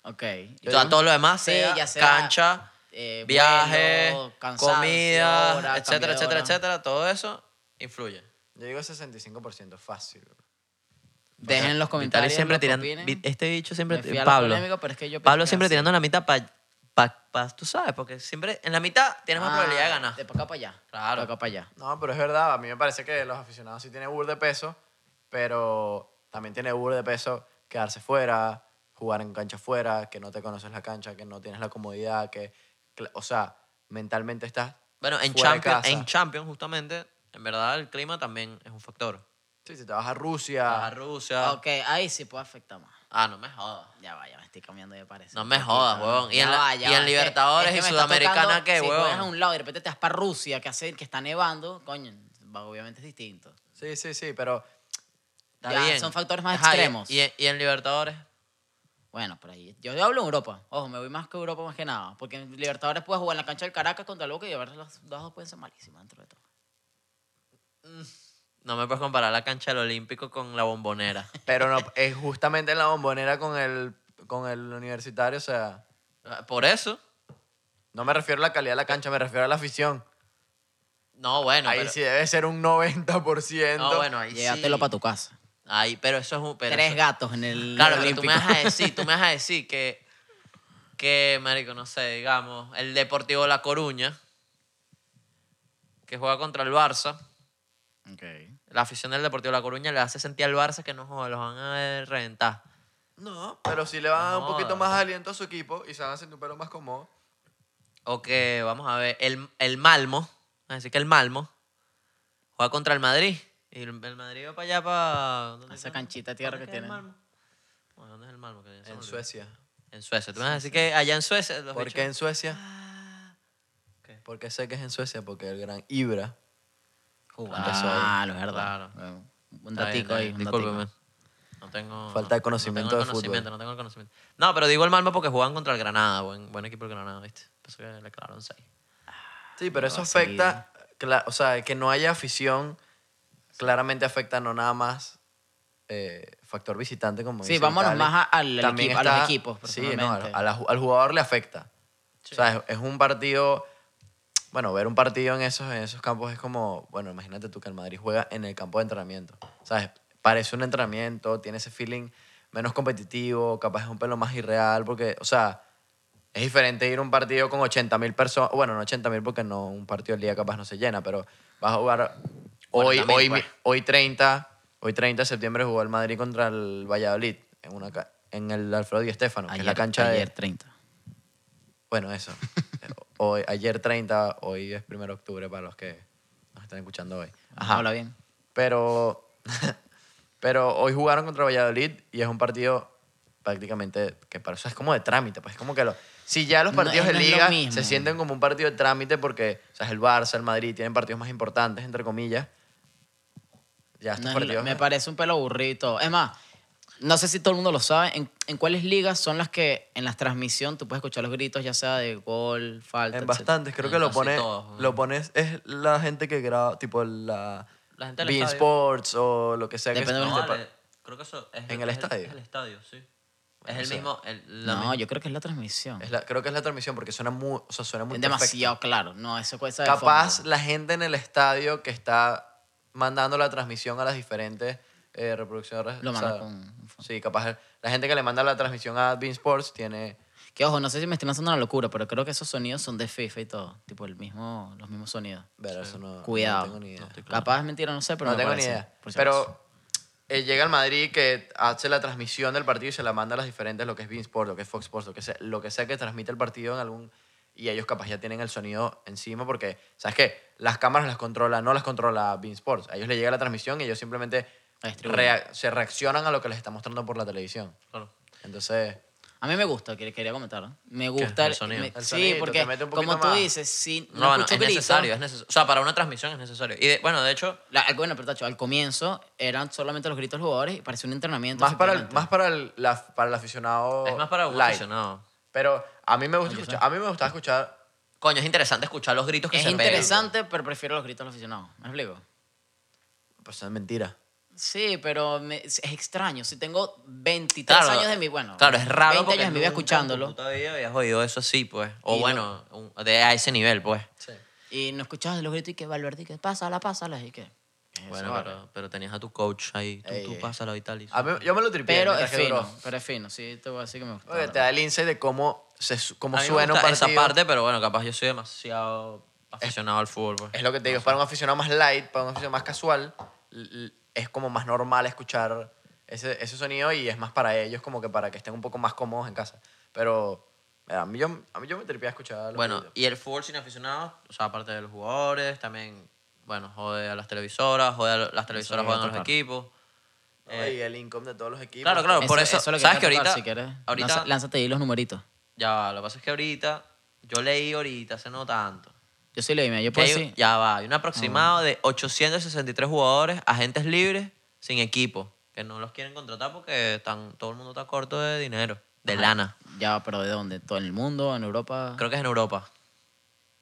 Ok. Y todo, todo lo demás, Sí, sea ya sea, cancha, eh, viaje, vuelo, cansancio, comida, hora, cambio etcétera, de etcétera, hora. etcétera, todo eso influye. Yo digo 65%, fácil. bro. Dejen en los Vitali comentarios. siempre lo que tirando. opinen. Vi- Este bicho siempre. Me fui a la Pablo. polémica, pero es que yo pienso Pablo que siempre es así. tirando en la mitad para. tú sabes, porque siempre en la mitad tienes más Ah, probabilidad de ganar. De para acá para allá. Claro. De pa' acá para allá. No, pero es verdad, a mí me parece que los aficionados sí tienen bur de peso, pero también tiene bur de peso quedarse fuera, jugar en cancha fuera, que no te conoces la cancha, que no tienes la comodidad, que, cl- o sea, mentalmente estás Bueno, en fuera de Champions, casa. en Champions, justamente, en verdad el clima también es un factor. Sí, si te vas a Rusia, A Rusia. Ok, ahí sí puede afectar más. Ah, no me jodas. Ya va, ya me estoy cambiando de parecer. No me jodas, huevón. Y en la- y en Libertadores y Sudamericana, ¿qué, Si huevón? juegas a un lado y de repente te vas para Rusia, que, hace, que está nevando, coño, va- obviamente es distinto. sí, sí, sí, pero Está Ya, bien. son factores más Ajá, y- extremos. Y, en- y en Libertadores. Bueno, por ahí. Yo hablo en Europa. Ojo, me voy más que Europa más que nada. Porque en Libertadores puedes jugar en la cancha del Caracas contra el Boca y a ver, las las dos pueden ser malísimas dentro de todo. No me puedes comparar la cancha del Olímpico con la bombonera. pero no es justamente en la bombonera con el con el universitario, o sea, Por eso. no me refiero a la calidad de la cancha, me refiero a la afición. No, bueno. Ahí pero- sí debe ser un 90%. No, bueno, ahí Llévatelo sí. para tu casa. Ahí, pero eso es un. Pero Tres eso- gatos en el. Claro, pero tú me Olímpico. vas a decir, tú me vas a decir que, que, marico, no sé, digamos, el Deportivo La Coruña, que juega contra el Barça, Ok. la afición del Deportivo La Coruña le hace sentir al Barça que no joda, los van a reventar. No, pero si le van a dar un poquito Joda. más aliento a su equipo y se van a sentir un pelo más cómodo. O que, vamos a ver, el, el Malmo, vamos a decir que el Malmo juega contra el Madrid. Y el, el Madrid va para allá, para... ¿dónde Esa queda? canchita de tierra ¿Dónde que queda el tienen. Malmo? Bueno, ¿Dónde es el Malmo? Que ya se me En olvidó. Suecia. En Suecia. Tú me vas a decir que allá en Suecia... Los ¿Por bichos- qué en Suecia? Ah. ¿qué? Porque sé que es en Suecia, porque el gran Ibra. Jugando. Empezó ahí. Ah, lo es verdad. Bueno, Un Está bien, datico está ahí. bien, un Discúlpeme. datico. No tengo. Falta no- no de tengo el conocimiento de fútbol. conocimiento, No tengo el conocimiento. No, pero digo el Malmo porque jugaban contra el Granada. Buen, buen equipo el Granada, ¿viste? Pensé que le clavaron 6. Sí, pero va eso a seguir. afecta, cla- o sea, que no haya afición, claramente afecta no nada más eh, factor visitante como Sí, dice vámonos Vitali. más a- al También equipo- a los equipos, Sí, no, a- personalmente. a la ju- al jugador le afecta. O sea, es, es un partido. Bueno, ver un partido en esos, en esos campos es como. Bueno, imagínate tú que el Madrid juega en el campo de entrenamiento. ¿Sabes? Parece un entrenamiento, tiene ese feeling menos competitivo, capaz es un pelo más irreal, porque, o sea, es diferente ir a un partido con 80.000 personas. Bueno, no 80.000 porque no, un partido al día capaz no se llena, pero vas a jugar Bueno, hoy, también, hoy, pues. hoy 30, hoy 30 de septiembre jugó el Madrid contra el Valladolid en una ca- en el Alfredo Di Stéfano, que es la cancha ayer de 30. bueno, eso. hoy ayer 30, hoy es 1 de octubre para los que nos están escuchando hoy. Ajá. Habla bien. Pero, pero hoy jugaron contra Valladolid y es un partido prácticamente que para eso es como de trámite. Pues es como que lo, si ya los No, partidos no de es lo liga mismo. se sienten como un partido de trámite porque o sea, es el Barça, el Madrid, tienen partidos más importantes, entre comillas. Ya estos No es- partidos. me parece un pelo aburrido. Es más, no sé si todo el mundo lo sabe. ¿En, en cuáles ligas son las que en las transmisión tú puedes escuchar los gritos, ya sea de gol, falta? en etcétera? Mm, bastantes, creo En que lo casi pone, todos, ¿no? lo pones, es la gente que graba, tipo la, La gente del Bein estadio. Sports o lo que sea. que Depende es- de No, Este pa- vale, creo que eso es ¿En el es estadio? Es el estadio, sí. Bueno, es o el sea, mismo. el- la No, misma- yo creo que es la transmisión. es la- creo que es la transmisión porque suena muy, o sea, suena muy perfecto. demasiado claro. No, eso cuesta de Capaz fondo. la gente en el estadio que está mandando la transmisión a las diferentes eh, reproducciones. Lo o manda sea, con un fondo. Sí, capaz la gente que le manda la transmisión a Bean Sports tiene. Que ojo, no sé si me estoy lanzando una locura, pero creo que esos sonidos son de FIFA y todo. Tipo, el mismo, los mismos sonidos. Ver, eso no, Cuidado. No tengo ni idea. Capaz es mentira, no sé, pero No me tengo ni parece, idea. por si acaso. Pero eh, llega al Madrid que hace la transmisión del partido y se la manda a las diferentes, lo que es Bean Sports, lo que es Fox Sports, lo que sea, lo que, sea que transmite el partido en algún. Y ellos capaz ya tienen el sonido encima porque, ¿sabes qué? Las cámaras las controla, no las controla Bean Sports. A ellos les llega la transmisión y ellos simplemente La distribuyen. rea- se reaccionan a lo que les está mostrando por la televisión. claro. Entonces, A mí me gusta, que- quería comentar. ¿no? Me gusta el sonido. me- El sí, sonido, porque te mete un como poquito tú más. dices, sí, No, no, bueno, escucho es gritos. necesario, es necesario. O sea, para una transmisión es necesario. Y de- bueno, de hecho, La- al- bueno, pero tacho, al comienzo eran solamente los gritos de los jugadores y parecía un entrenamiento. más, para el, efectivamente. más para, el, la- para el aficionado. es más para un light. aficionado. Pero a mí me gusta escuchar, a mí me gusta escuchar Coño, es interesante escuchar los gritos que Es se pegan. interesante, pero prefiero los gritos de los aficionados. ¿Me explico? pues es mentira. Sí, pero me- es extraño. Si tengo 23 años de mi. Bueno, claro, es raro. 20 años de mi nunca vida en tu escuchándolo puta vida habías oído eso sí, pues. O Y lo- bueno, un- de, a ese nivel, pues. y no escuchabas los gritos y que Valverde, y que pásala, pásala, y que. ¿qué es Bueno, eso, vale? pero, pero tenías a tu coach ahí. Tú, Ey, tú ey. pásalo y tal. Y A mí- yo me lo tripié. Pero neta, es que fino, duró. pero es fino. Sí, te voy a decir que me gusta. Oye, te da el insight de cómo, se, su- cómo A mí me suena un gusta partido. esa parte, pero bueno, capaz yo soy demasiado aficionado al fútbol, pues. Es lo que te digo, es para un aficionado más light, para un aficionado más casual, l- l- es como más normal escuchar ese, ese sonido y es más para ellos, como que para que estén un poco más cómodos en casa. Pero eh, a mí yo, a mí yo me tripié a escuchar. los Bueno, videos. y el fútbol sin aficionados, o sea, aparte de los jugadores, también, bueno, jode a las televisoras, jode a lo- las televisoras, es juegan a otro los raro. equipos. No, y el income de todos los equipos. eh, Claro, claro, por eso, es lo ¿sabes quería que tocar, ahorita- Si quieres, ahorita- lanza- lánzate ahí los numeritos. Ya va, lo que pasa es que ahorita, yo leí ahorita, hace no tanto. Yo sí le dime, yo que puedo hay un- decir. pues Ya va, hay un aproximado de 863 jugadores, agentes libres, sin equipo, que no los quieren contratar porque están, todo el mundo está corto de dinero, de lana. Ya, pero ¿de dónde? ¿Todo en el mundo? ¿En Europa? Creo que es en Europa.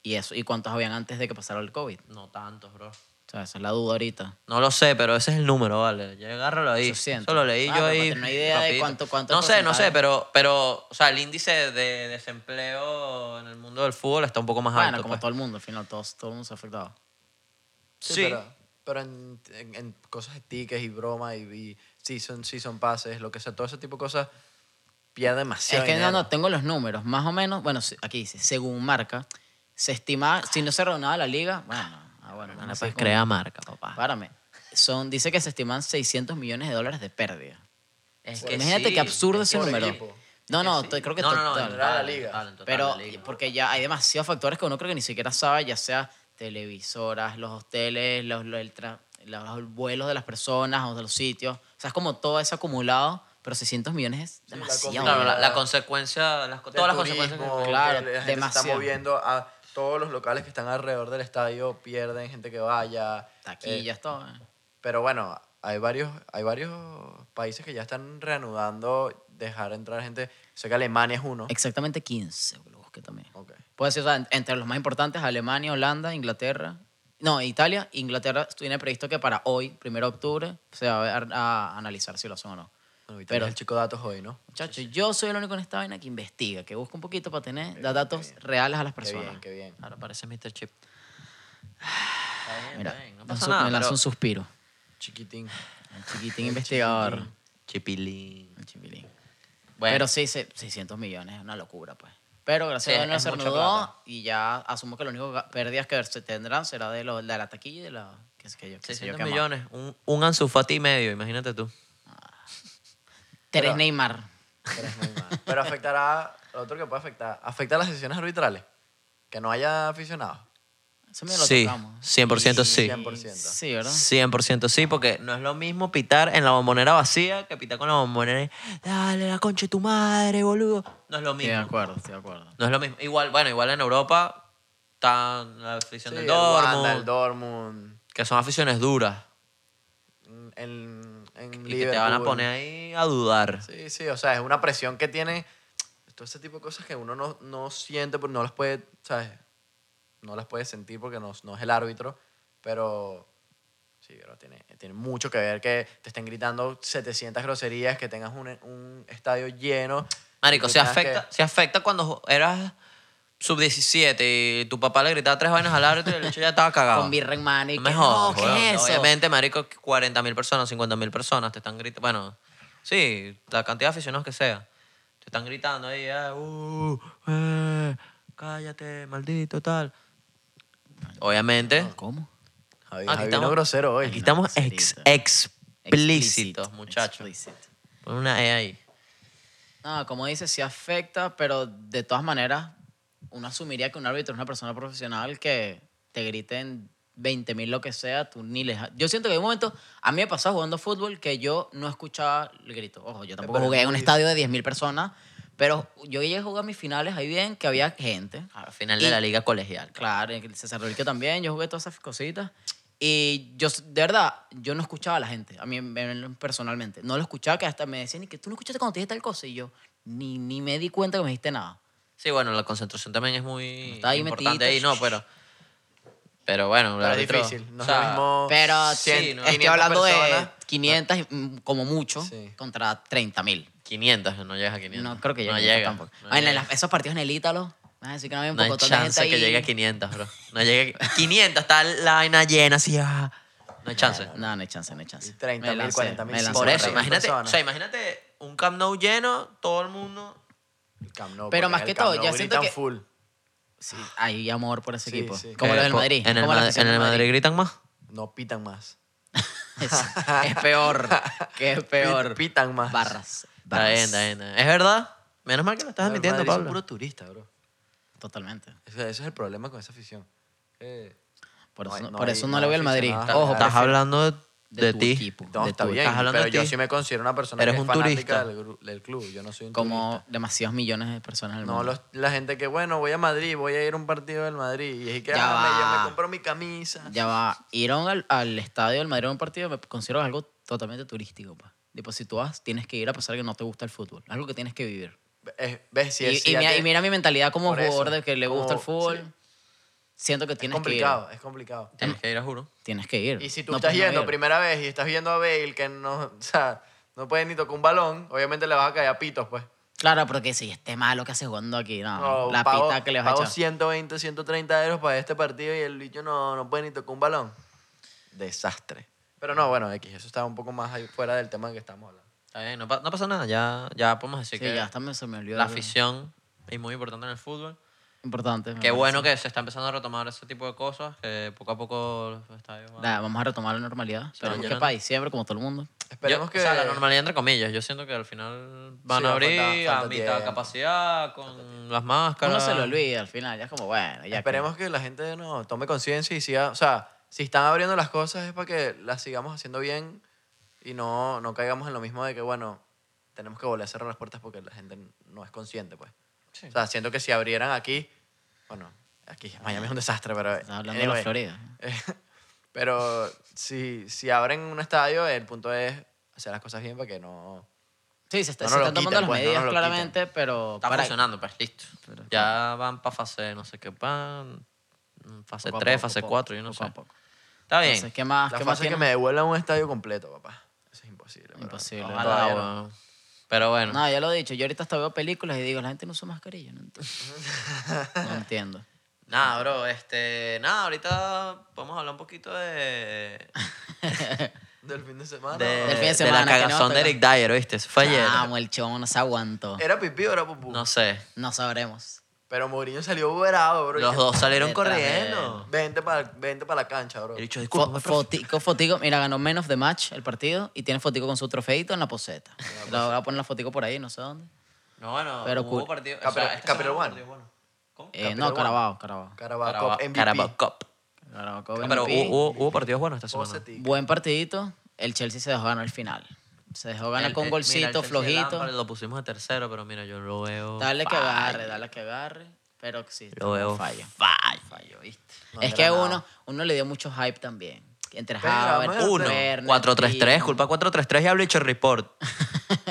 ¿Y eso? ¿Y cuántos habían antes de que pasara el COVID? No tantos, bro. O sea, esa es la duda ahorita. No lo sé, pero ese es el número, vale. Ya agárralo ahí. 800. Eso lo leí yo Ah, pero ahí. para tener una idea de rapidito. cuánto- cuánto No sé, no sé, porcentaje. pero, pero, o sea, el índice de desempleo en el mundo del fútbol está un poco más bueno, alto. como pues. todo el mundo, al final todos, todo el mundo se ha afectado. Sí, Pero, pero en, en- en cosas de tickets y broma y, y season, season passes, lo que sea, todo ese tipo de cosas, pierde demasiado. es que no, dinero. no, tengo los números. Más o menos, bueno, se- aquí dice, según marca, se estima, si no se reunaba la liga, bueno, ah, bueno, No, no no sé puedes cómo- crear pues marca, papá. Párame. Son, dice que se estiman 600 millones de dólares de pérdida. Es pues Imagínate sí, qué absurdo es ese que por número. equipo. No, sí. no, to- creo que no, no, no, en total. total, la liga. en total, en total, Pero la liga. porque ya hay demasiados factores que uno creo que ni siquiera sabe, ya sea televisoras, los hoteles, los, los- el tra- los- los vuelos de las personas o de los sitios. O sea, es como todo eso acumulado, pero 600 millones es la demasiado. Claro, la, la Ya. consecuencia, las, del todas las turismo, consecuencias. que- que Claro, la gente se demasiado. está moviendo a todos los locales que están alrededor del estadio, pierden gente que vaya. Taquillas, todo. eh. Eh, pero bueno, hay varios, hay varios países que ya están reanudando dejar entrar gente. Sé que Alemania es uno. Exactamente 15, lo busqué también. Ok. Puede ser, o sea, en- entre los más importantes, Alemania, Holanda, Inglaterra. No, Italia, Inglaterra tiene previsto que para hoy, 1 de octubre, se va a, ver- a analizar si lo hacen o no. Bueno, y tú Pero- eres el chico datos hoy, ¿no? Muchachos, yo soy el único en esta vaina que investiga, que busca un poquito para tener da datos reales a las Qué personas. bien, qué bien. Ahora parece Mr. Chip. Mira, no me pasa su- nada, me lanzó pero- un suspiro. Chiquitín. El chiquitín investigador. Chipilín. El chipilín. Bueno. Pero sí, se- 600 millones es una locura, pues. Pero gracias Sí, a Dios es se mucha reanudó plata. y ya asumo que las únicas pérdidas que se tendrán será de, lo, de la taquilla y de la... qué sé yo, qué sé yo 600 qué más. millones. Un, un Ansu Fati y medio, imagínate tú. Tres Pero- Neymar. Pero es muy mal. Pero afectará, lo otro que puede afectar, afecta las decisiones arbitrales. Que no haya aficionados. Eso medio lo Sí, tocamos. 100% Y- sí. 100%. Sí, ¿verdad? 100% sí, porque no es lo mismo pitar en la bombonera vacía que pitar con la bombonera. y, Dale, la concha de tu madre, boludo. No es lo Estoy de mismo. acuerdo, estoy de acuerdo. No es lo mismo. Igual, bueno, igual en Europa está la afición Sí, del el Wanda, Dortmund, el Dortmund. que son aficiones duras En, en y Liverpool. que te van a poner ahí a dudar. Sí, sí, o sea, es una presión que tiene todo ese tipo de cosas que uno no, no siente, porque no las puede, ¿sabes? No las puede sentir porque no, no es el árbitro, pero sí, pero tiene, tiene mucho que ver que te estén gritando 700 groserías, que tengas un, un estadio lleno. Marico, que se tengas que- afecta, se afecta cuando eras sub-17 y tu papá le gritaba tres vainas al árbitro y el hecho ya estaba cagado. Con birra en mano y No que, me jodas, no, ¿qué weón. es eso? Obviamente, marico, 40.000 personas, 50.000 personas te están gritando. Bueno, sí, la cantidad de aficionados que sea. Te están gritando ahí, ah, uh, eh, cállate, maldito, tal. Obviamente, ¿Cómo? Javi, Aquí Javi estamos- vino grosero hoy. aquí estamos ex- Explícito. explícitos, muchachos. Explícito. Pon una E ahí. No, como dices, sí afecta, pero de todas maneras, uno asumiría que un árbitro es una persona profesional que te griten 20 mil lo que sea, tú ni les... Yo siento que hay un momento, a mí me pasó jugando fútbol que yo no escuchaba el grito. Ojo, yo tampoco Pero es jugué en un muy- estadio de 10 mil personas, pero yo llegué a jugar mis finales ahí bien, que había gente. Al final de la liga colegial. Claro, en el César Rico también, yo jugué todas esas cositas. Y yo, de verdad, yo no escuchaba a la gente, a mí me- personalmente. No lo escuchaba, que hasta me decían, "¿Y que tú no escuchaste cuando te dije tal cosa. Y yo ni, ni me di cuenta que me dijiste nada. Sí, bueno, la concentración también es muy Está ahí importante metidito, ahí, no, shh, pero. Pero bueno, el Pero es árbitro, difícil, no o sea, es lo mismo. Pero sí, cien- ¿no? estoy 500 hablando de personas. 500, y, mm, como mucho, Sí. contra 30 mil. 500, no llegas a 500. No creo que llegue No a llega. tampoco. no Ah, en llega. la- esos partidos en el Ítalo, me vas a decir que no había un No hay pocotón de gente chance que ahí. llegue a 500, bro. No llegue a 500, está la vaina llena así. ah. No hay chance. No, no hay chance, no hay chance. 30.000, Me lancé, 40.000, me lancé Por no, eso, no, imagínate, personas. o sea, imagínate un Camp Nou lleno, todo el mundo. El Camp Nou, Pero porque más el que Camp todo, Nou ya siento gritan que- full. Sí, hay amor por ese Sí, equipo. sí. Como Eh, los del po- Madrid. En el, como la Ma- afición en el del Madrid gritan más. No pitan más. Es, es peor. Que es peor. Pi- pitan más. Barras. Está barras. bien, está bien, está bien. Es verdad. Menos mal que lo estás Real admitiendo, Madrid son Pablo. puro turista, bro. Totalmente. Ese, ese es el problema con esa afición. Eh, Por No eso hay- no, no por hay- eso no no hay le voy al Madrid. aficionados. Ojo, Estás prefiero- hablando de, Pues, de tu ti. equipo. no, de está tu- bien, Estás hablando pero de yo ti. sí me considero una persona Eres que es un fanática turista. Del, gru- del club. Yo no soy un Como turista. demasiados millones de personas en el No, mundo. los- la gente que, bueno, voy a Madrid, voy a ir a un partido del Madrid. Y es que, Ya ah, me- va. yo me compro mi camisa. Ya va. Ir a un- al, al estadio del Madrid a un partido me considero algo totalmente turístico. Pa. Tipo, si tú vas, tienes que ir a pesar de que no te gusta el fútbol. Algo que tienes que vivir. Eh, ¿Ves? Si y, es, si y ya mira, te- y mira mi mentalidad como Por eso, jugador de que le gusta el como- fútbol. sí. Siento que es tienes que ir. complicado, es complicado. Tienes que ir a juro. Tienes que ir. Y si tú No estás puedes no yendo ir. primera vez y estás viendo a Bale que no, o sea, no puede ni tocar un balón, obviamente le vas a caer a pitos, pues. Claro, porque si este malo que hace jugando aquí, no. Oh, Ah, la pago- pita que le vas a pago echar. 120, 130 euros para este partido y el bicho no, no puede ni tocar un balón. Desastre. Pero no, bueno, X, eso está un poco más ahí fuera del tema que estamos hablando. Está bien, no, pa- no pasa nada. Ya, ya podemos decir Sí, que ya hasta me, se me olvidó. la algo afición es muy importante en el fútbol. Importante. me Qué parece. bueno que se está empezando a retomar ese tipo de cosas, que poco a poco los estadios van- Da, vamos a retomar la normalidad. van Pero que llenando. para diciembre, como todo el mundo. Esperemos Yo- que... O sea, la normalidad entre comillas. Yo siento que al final van Sí, a va, abrir falta- falta a mitad tiempo. capacidad, con las Uno máscaras. se lo olvida al final. Ya es como, bueno, ya. Esperemos que la gente no tome conciencia y siga, o sea, si están abriendo las cosas es para que las sigamos haciendo bien y no, no caigamos en lo mismo de que, bueno, tenemos que volver a cerrar las puertas porque la gente no es consciente, pues. Sí. O sea, siento que si abrieran aquí, bueno, aquí Miami es un desastre, pero... Estás hablando de la Florida. pero si, si abren un estadio, el punto es hacer las cosas bien para que no... Sí, se, está, No se nos lo están tomando quitan, las pues, no medidas nos lo claramente, pero. Está para- funcionando, pues listo. Pero- ya van para fase no sé qué, van fase poco a 3, poco, fase poco, 4, yo no poco a sé. poco. Está bien. Entonces, ¿qué más? Ah, La ¿Qué más fase es que tienes? me devuelvan un estadio completo, papá. Eso es imposible. imposible. pero Imposible. Ojalá, weón. Pero bueno. No, ya lo he dicho. Yo ahorita hasta veo películas y digo, la gente no usa mascarilla. No entiendo. no entiendo. Nada, bro, este. Nada, ahorita podemos hablar un poquito de. Del fin de semana. de, fin de de semana, la que no cagazón hasta de Eric Dyer, ¿viste? Eso Ah, fue ayer. Vamos, el chabón no se aguantó. ¿Era pipí o era pupú? No sé. No sabremos. Pero Mourinho salió bravo, bro. Los Y- dos salieron Detrás de corriendo. Vente para vente pa la cancha, bro. He dicho, Fo- disculpa, fotico, fotico. Mira, ganó Man of the Match el partido y tiene fotico con su trofeito en la Ah, poseta. pues Le voy a poner la fotico por ahí, no sé dónde. No, bueno, Pero hubo cool. partido. o Capre- sea, esta Capre semana One. partido bueno. ¿Cómo? Eh, no, Carabao, Carabao. Carabao Carabao- Cup MVP. Carabao Cup. Carabao, Ah, Copa Pero MVP. hubo, hubo- hubo partidos buenos esta semana. Poseti. Buen partidito. El Chelsea se dejó ganar al final. Se dejó ganar El- con el- mira, el golcito, Chelsea de flojito. Lampard Lo pusimos a tercero, pero mira, yo lo veo. Dale que falla. agarre, dale que agarre. Pero que sí, Lo veo. falla. Falla. ¿viste? No es era que nada. uno, uno le dio mucho hype también. Entre Pero, Havertz, man, Uno. Werner, 4-3-3. Kim. Culpa 4-3-3 y hablo hecho report.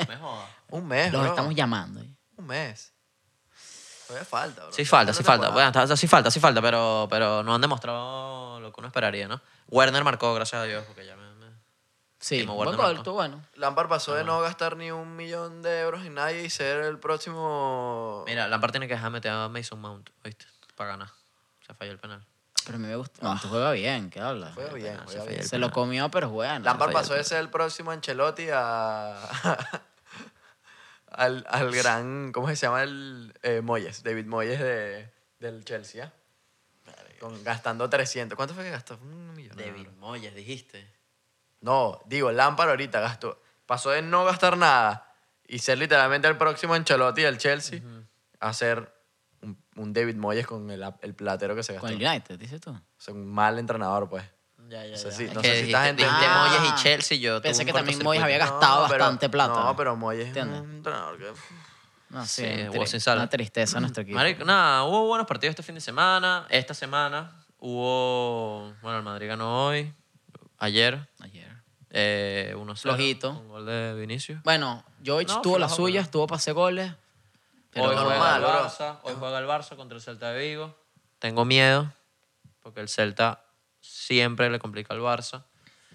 Me jodas. Un mes, Los bro. estamos llamando. ¿eh? Un mes. Todavía falta, bro. Sí falta, Todavía sí no falta. Bueno, temporada. está- sí falta, sí falta, pero, pero no han demostrado lo que uno esperaría, ¿no? Werner marcó, gracias a Dios, porque ya me... me- Sí, Timo buen Werner gol, marcó. tú bueno. Lampard pasó de no gastar ni un millón de euros en nadie y ser el próximo... Mira, Lampard tiene que dejar meter a Mason Mount, ¿viste? Para ganar. Se falló el penal. Pero a mí me gusta. No, tú juega bien, ¿qué hablas? Juega bien, penal, se juega fue bien. el Se lo comió, pero bueno. Lampard pasó de ser el próximo Ancelotti a... al, al gran... ¿Cómo se llama? El eh, Moyes. David Moyes de, del Chelsea. ¿ah? Con, gastando 300. ¿Cuánto fue que gastó? Un millón. David Moyes, dijiste. No, digo, Lampard ahorita gastó. Pasó de no gastar nada y ser literalmente el próximo Ancelotti del Chelsea a ser un, un David Moyes con el, el platero que se gastó. Con el United, dices tú. O sea, un mal entrenador, pues. Ya, ya, No sé ya. si- es no que sé si esta dijiste- gente- dijiste Ah. Moyes y Chelsea, yo Pensé tuve un que también cortocircuito. Moyes había gastado pero- bastante plata. No, pero Moyes ¿Entiendes? es un entrenador que... No, sí, Sí, un hubo tri- sin sal. una tristeza nuestro equipo. Marico, nada, hubo buenos partidos este fin de semana. Esta semana hubo... Bueno, el Madrid ganó hoy, ayer, Ayer. eh, 1-0. Flojito. Un gol de Vinicius. Bueno, Jovic No, tuvo flojo, la suya, pero- estuvo pase goles. Pero hoy juega normal, el bro. Barça, hoy juega el Barça contra el Celta de Vigo. Tengo miedo porque el Celta siempre le complica al Barça.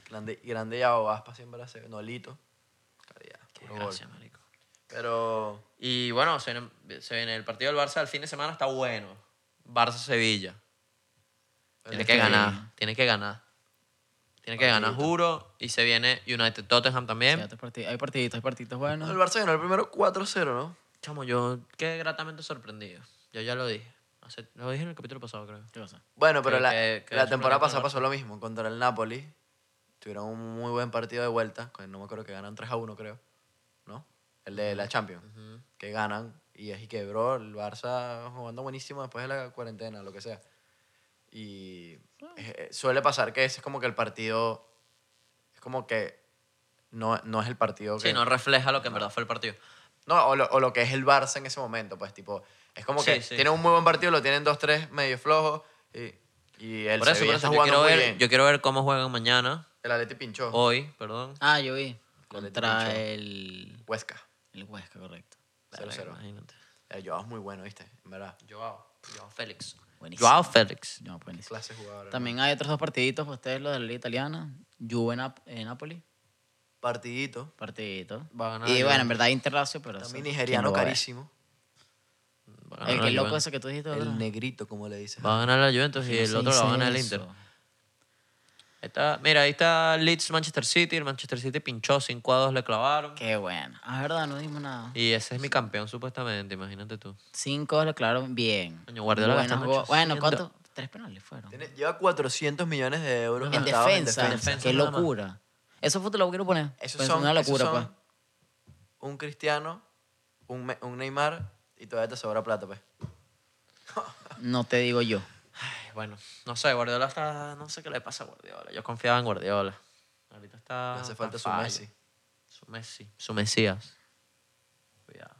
Grande, grande ya Vaspa siempre hace... Nolito. Calidad, puro gol. Gracias, marico. Pero... Y bueno, se viene, se viene el partido del Barça el fin de semana está bueno. Barça Sevilla. Tiene que ganar, tiene que ganar. Tiene que ganar, juro. Y se viene United Tottenham Sí, también. otros partid- Hay partiditos, hay partiditos No, buenos. el Barça ganó el primero 4-0, ¿no? Chamo, yo quedé gratamente sorprendido. Yo ya lo dije. Hace- lo dije en el capítulo pasado, creo. ¿Qué pasa? Bueno, pero Que- la, que- que la es temporada problema con pasada pasó lo mismo. Contra el Napoli tuvieron un muy buen partido de vuelta. que No me acuerdo que ganan 3 a 1, creo. ¿No? El de la Champions. Que ganan. Y es y que, bro, el Barça jugando buenísimo después de la cuarentena, lo que sea. Y Ah. eh, eh, suele pasar que ese es como que el partido. Es como que no, no es el partido que. Sí, no refleja lo que en verdad fue el partido. No, o lo, o lo que es el Barça en ese momento, pues, tipo, es como que Sí, sí. tienen un muy buen partido, lo tienen 2-3 medio flojos y, y el Por eso, Sevilla por está eso yo, jugando quiero muy ver, bien. yo Oh. quiero ver cómo juegan mañana, El Atleti pinchó, hoy, perdón. Ah, yo vi. Con el Contra Pincho. el, Huesca, el Huesca, correcto. 0-0. Imagínate. El Joao es muy bueno, ¿viste? En verdad, Joao. Joao Félix. Buenísimo. Joao Félix. No, buenísimo. clase jugador. hermano. También hay otros dos partiditos, pues, ustedes, los de la Liga Italiana. Juve Nap- eh, Napoli, Partidito, partidito. Va a ganar y la bueno, Juve. en verdad Inter Lazio, pero... eso, también ¿quién nigeriano lo ve? carísimo. Va a ganar El que la loco Juventus. ese que tú dijiste, ¿verdad? El negrito, como le dicen. Va a ganar la Juventus y el otro lo va a ganar el Inter. Ahí está- mira, ahí está Leeds Manchester City. El Manchester City pinchó 5 a 2, le clavaron. Qué bueno. Ah, verdad, no dimos nada. Y ese es mi campeón, supuestamente, imagínate tú. Cinco, lo claro, bien. Coño, Guardiola Buenos gastando go- Bueno, 800. ¿cuántos? Tres penales fueron. Tiene- lleva 400 millones de euros En gastados defensa. defensa. Qué Nada más. locura. Eso fue te lo quiero poner. Esos Pues, son, una esos locura, son pues. un Cristiano, un, Me- un Neymar y todavía te sobra plata, pues. pues. No te digo yo. Ay, Bueno, no sé, Guardiola está. No sé qué le pasa a Guardiola. Yo confiaba en Guardiola. Ahorita está. Le Ah, hace está falta su fallo. Messi. Su Messi. Su Mesías. Cuidado.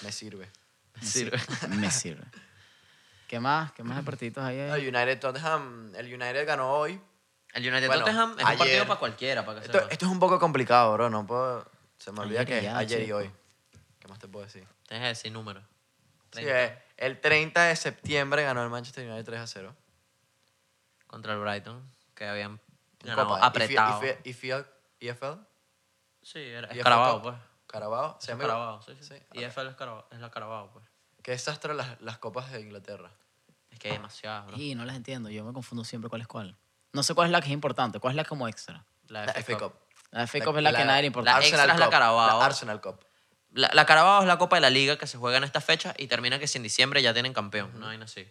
Me sirve. Me sirve. Me sirve. ¿Qué más? ¿Qué más de partiditos hay ahí? El United Tottenham, el United ganó hoy. El United Bueno, Tottenham es un ayer- partido para cualquiera, para que Esto, sepa. esto es un poco complicado, bro. No puedo. Se me olvida Ayer y que es ya, ayer y chico. hoy. ¿Qué más te puedo decir? Tienes que decir número. Sí, 30 eh, el 30 de septiembre ganó el Manchester United 3 a 0. Contra el Brighton, que habían En ganado Copa. apretado. Y, fui- y fui- y fui al EFL. Sí, era Y es Escarabao, pues. Falcao. Carabao, se Es llama. Carabao, sí, sí. Sí, Y esa es la Carabao- es la Carabao, pues. Qué desastre las, las copas de Inglaterra. Es que hay demasiadas, bro. Y no las entiendo, yo me confundo siempre cuál es cuál. No sé cuál es la que es importante, cuál es la como extra. La, La FA FA Cup. Cup. La FA Cup es la, que a nadie le importa. la extra es la Cup, Carabao. la Arsenal Cup. La, la Carabao es la Copa de la Liga que se juega en esta fecha y termina que si en diciembre ya tienen campeón. No hay así.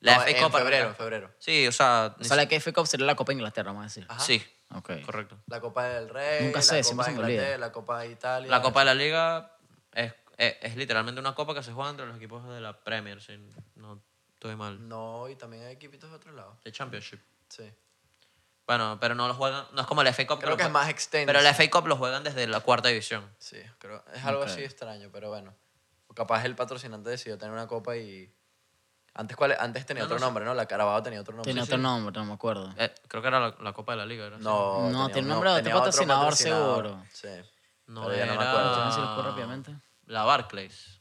La No, FA en Cup arranca- febrero, en febrero. Sí, o sea. o ni sea, si- la que FA Cup sería la Copa de Inglaterra, vamos a decir. Ajá. Sí, Ok. correcto. La Copa del Rey, Nunca la sé, Copa siempre de se me olvida. Inglaterra, la Copa de Italia. La Copa de la Liga es, es, es literalmente una copa que se juega entre los equipos de la Premier, si no estoy mal. No, y también hay equipitos de otro lado. De Championship. Sí. Bueno, pero no lo juegan. No es como la FA Cup. Creo lo que es jue- más extenso. Pero la FA Cup lo juegan desde la cuarta división. Sí, creo. Es algo así extraño, pero bueno. O capaz el patrocinante decidió tener una copa y. Antes, ¿cuál- antes tenía otro nombre, ¿no? La Carabao tenía otro nombre. Tiene otro nombre, no me acuerdo. Eh, creo que era la, la Copa de la Liga, ¿verdad? No, No, tenía tiene un nombre de otro tenía otro patrocinador, patrocinador. seguro. Sí. No Pero ya no me era- acuerdo. Déjame si lo busco rápidamente. La Barclays.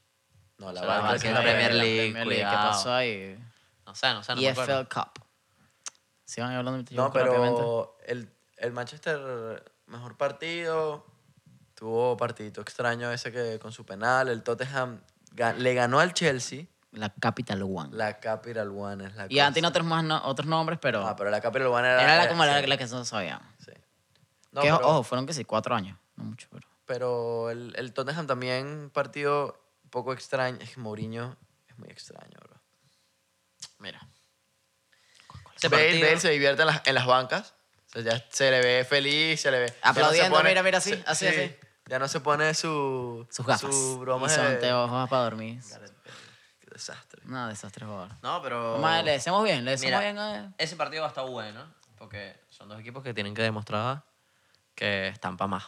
No, la O sea, verdad Barclays es que es la la Premier Premier League. League, ¿Qué cuidado. pasó ahí? No sé, no sé, no y me acuerdo. EFL Cup. Si van hablando mientras yo No, busco rápidamente. pero el, el Manchester, mejor partido, tuvo partidito extraño ese que con su penal, el Tottenham ga- le ganó al Chelsea, La Capital One. la Capital One es la y antes no tenemos más no- otros nombres, pero, Ah, pero la Capital One era... era la, como la, sí, la que no sabíamos. sí. No, Que, pero, Ojo, fueron que sí, cuatro años. No mucho, pero... pero el, el Tottenham también partido un poco extraño, es que Mourinho es muy extraño, bro. Mira. Ese Bale, partido- Bale se divierte en las, en las bancas. O sea, ya se le ve feliz, se le ve. ya no se Aplaudiendo, mira, mira, así, así, así. Ya no se pone su. Sus gafas. Su broma y son de. anteojos para dormir. Qué desastre. No, desastre, jugador. No, pero. Mamá, le decimos bien, le Mira, decimos bien eh. a... Ese partido va a estar bueno porque son dos equipos que tienen que demostrar que están para más.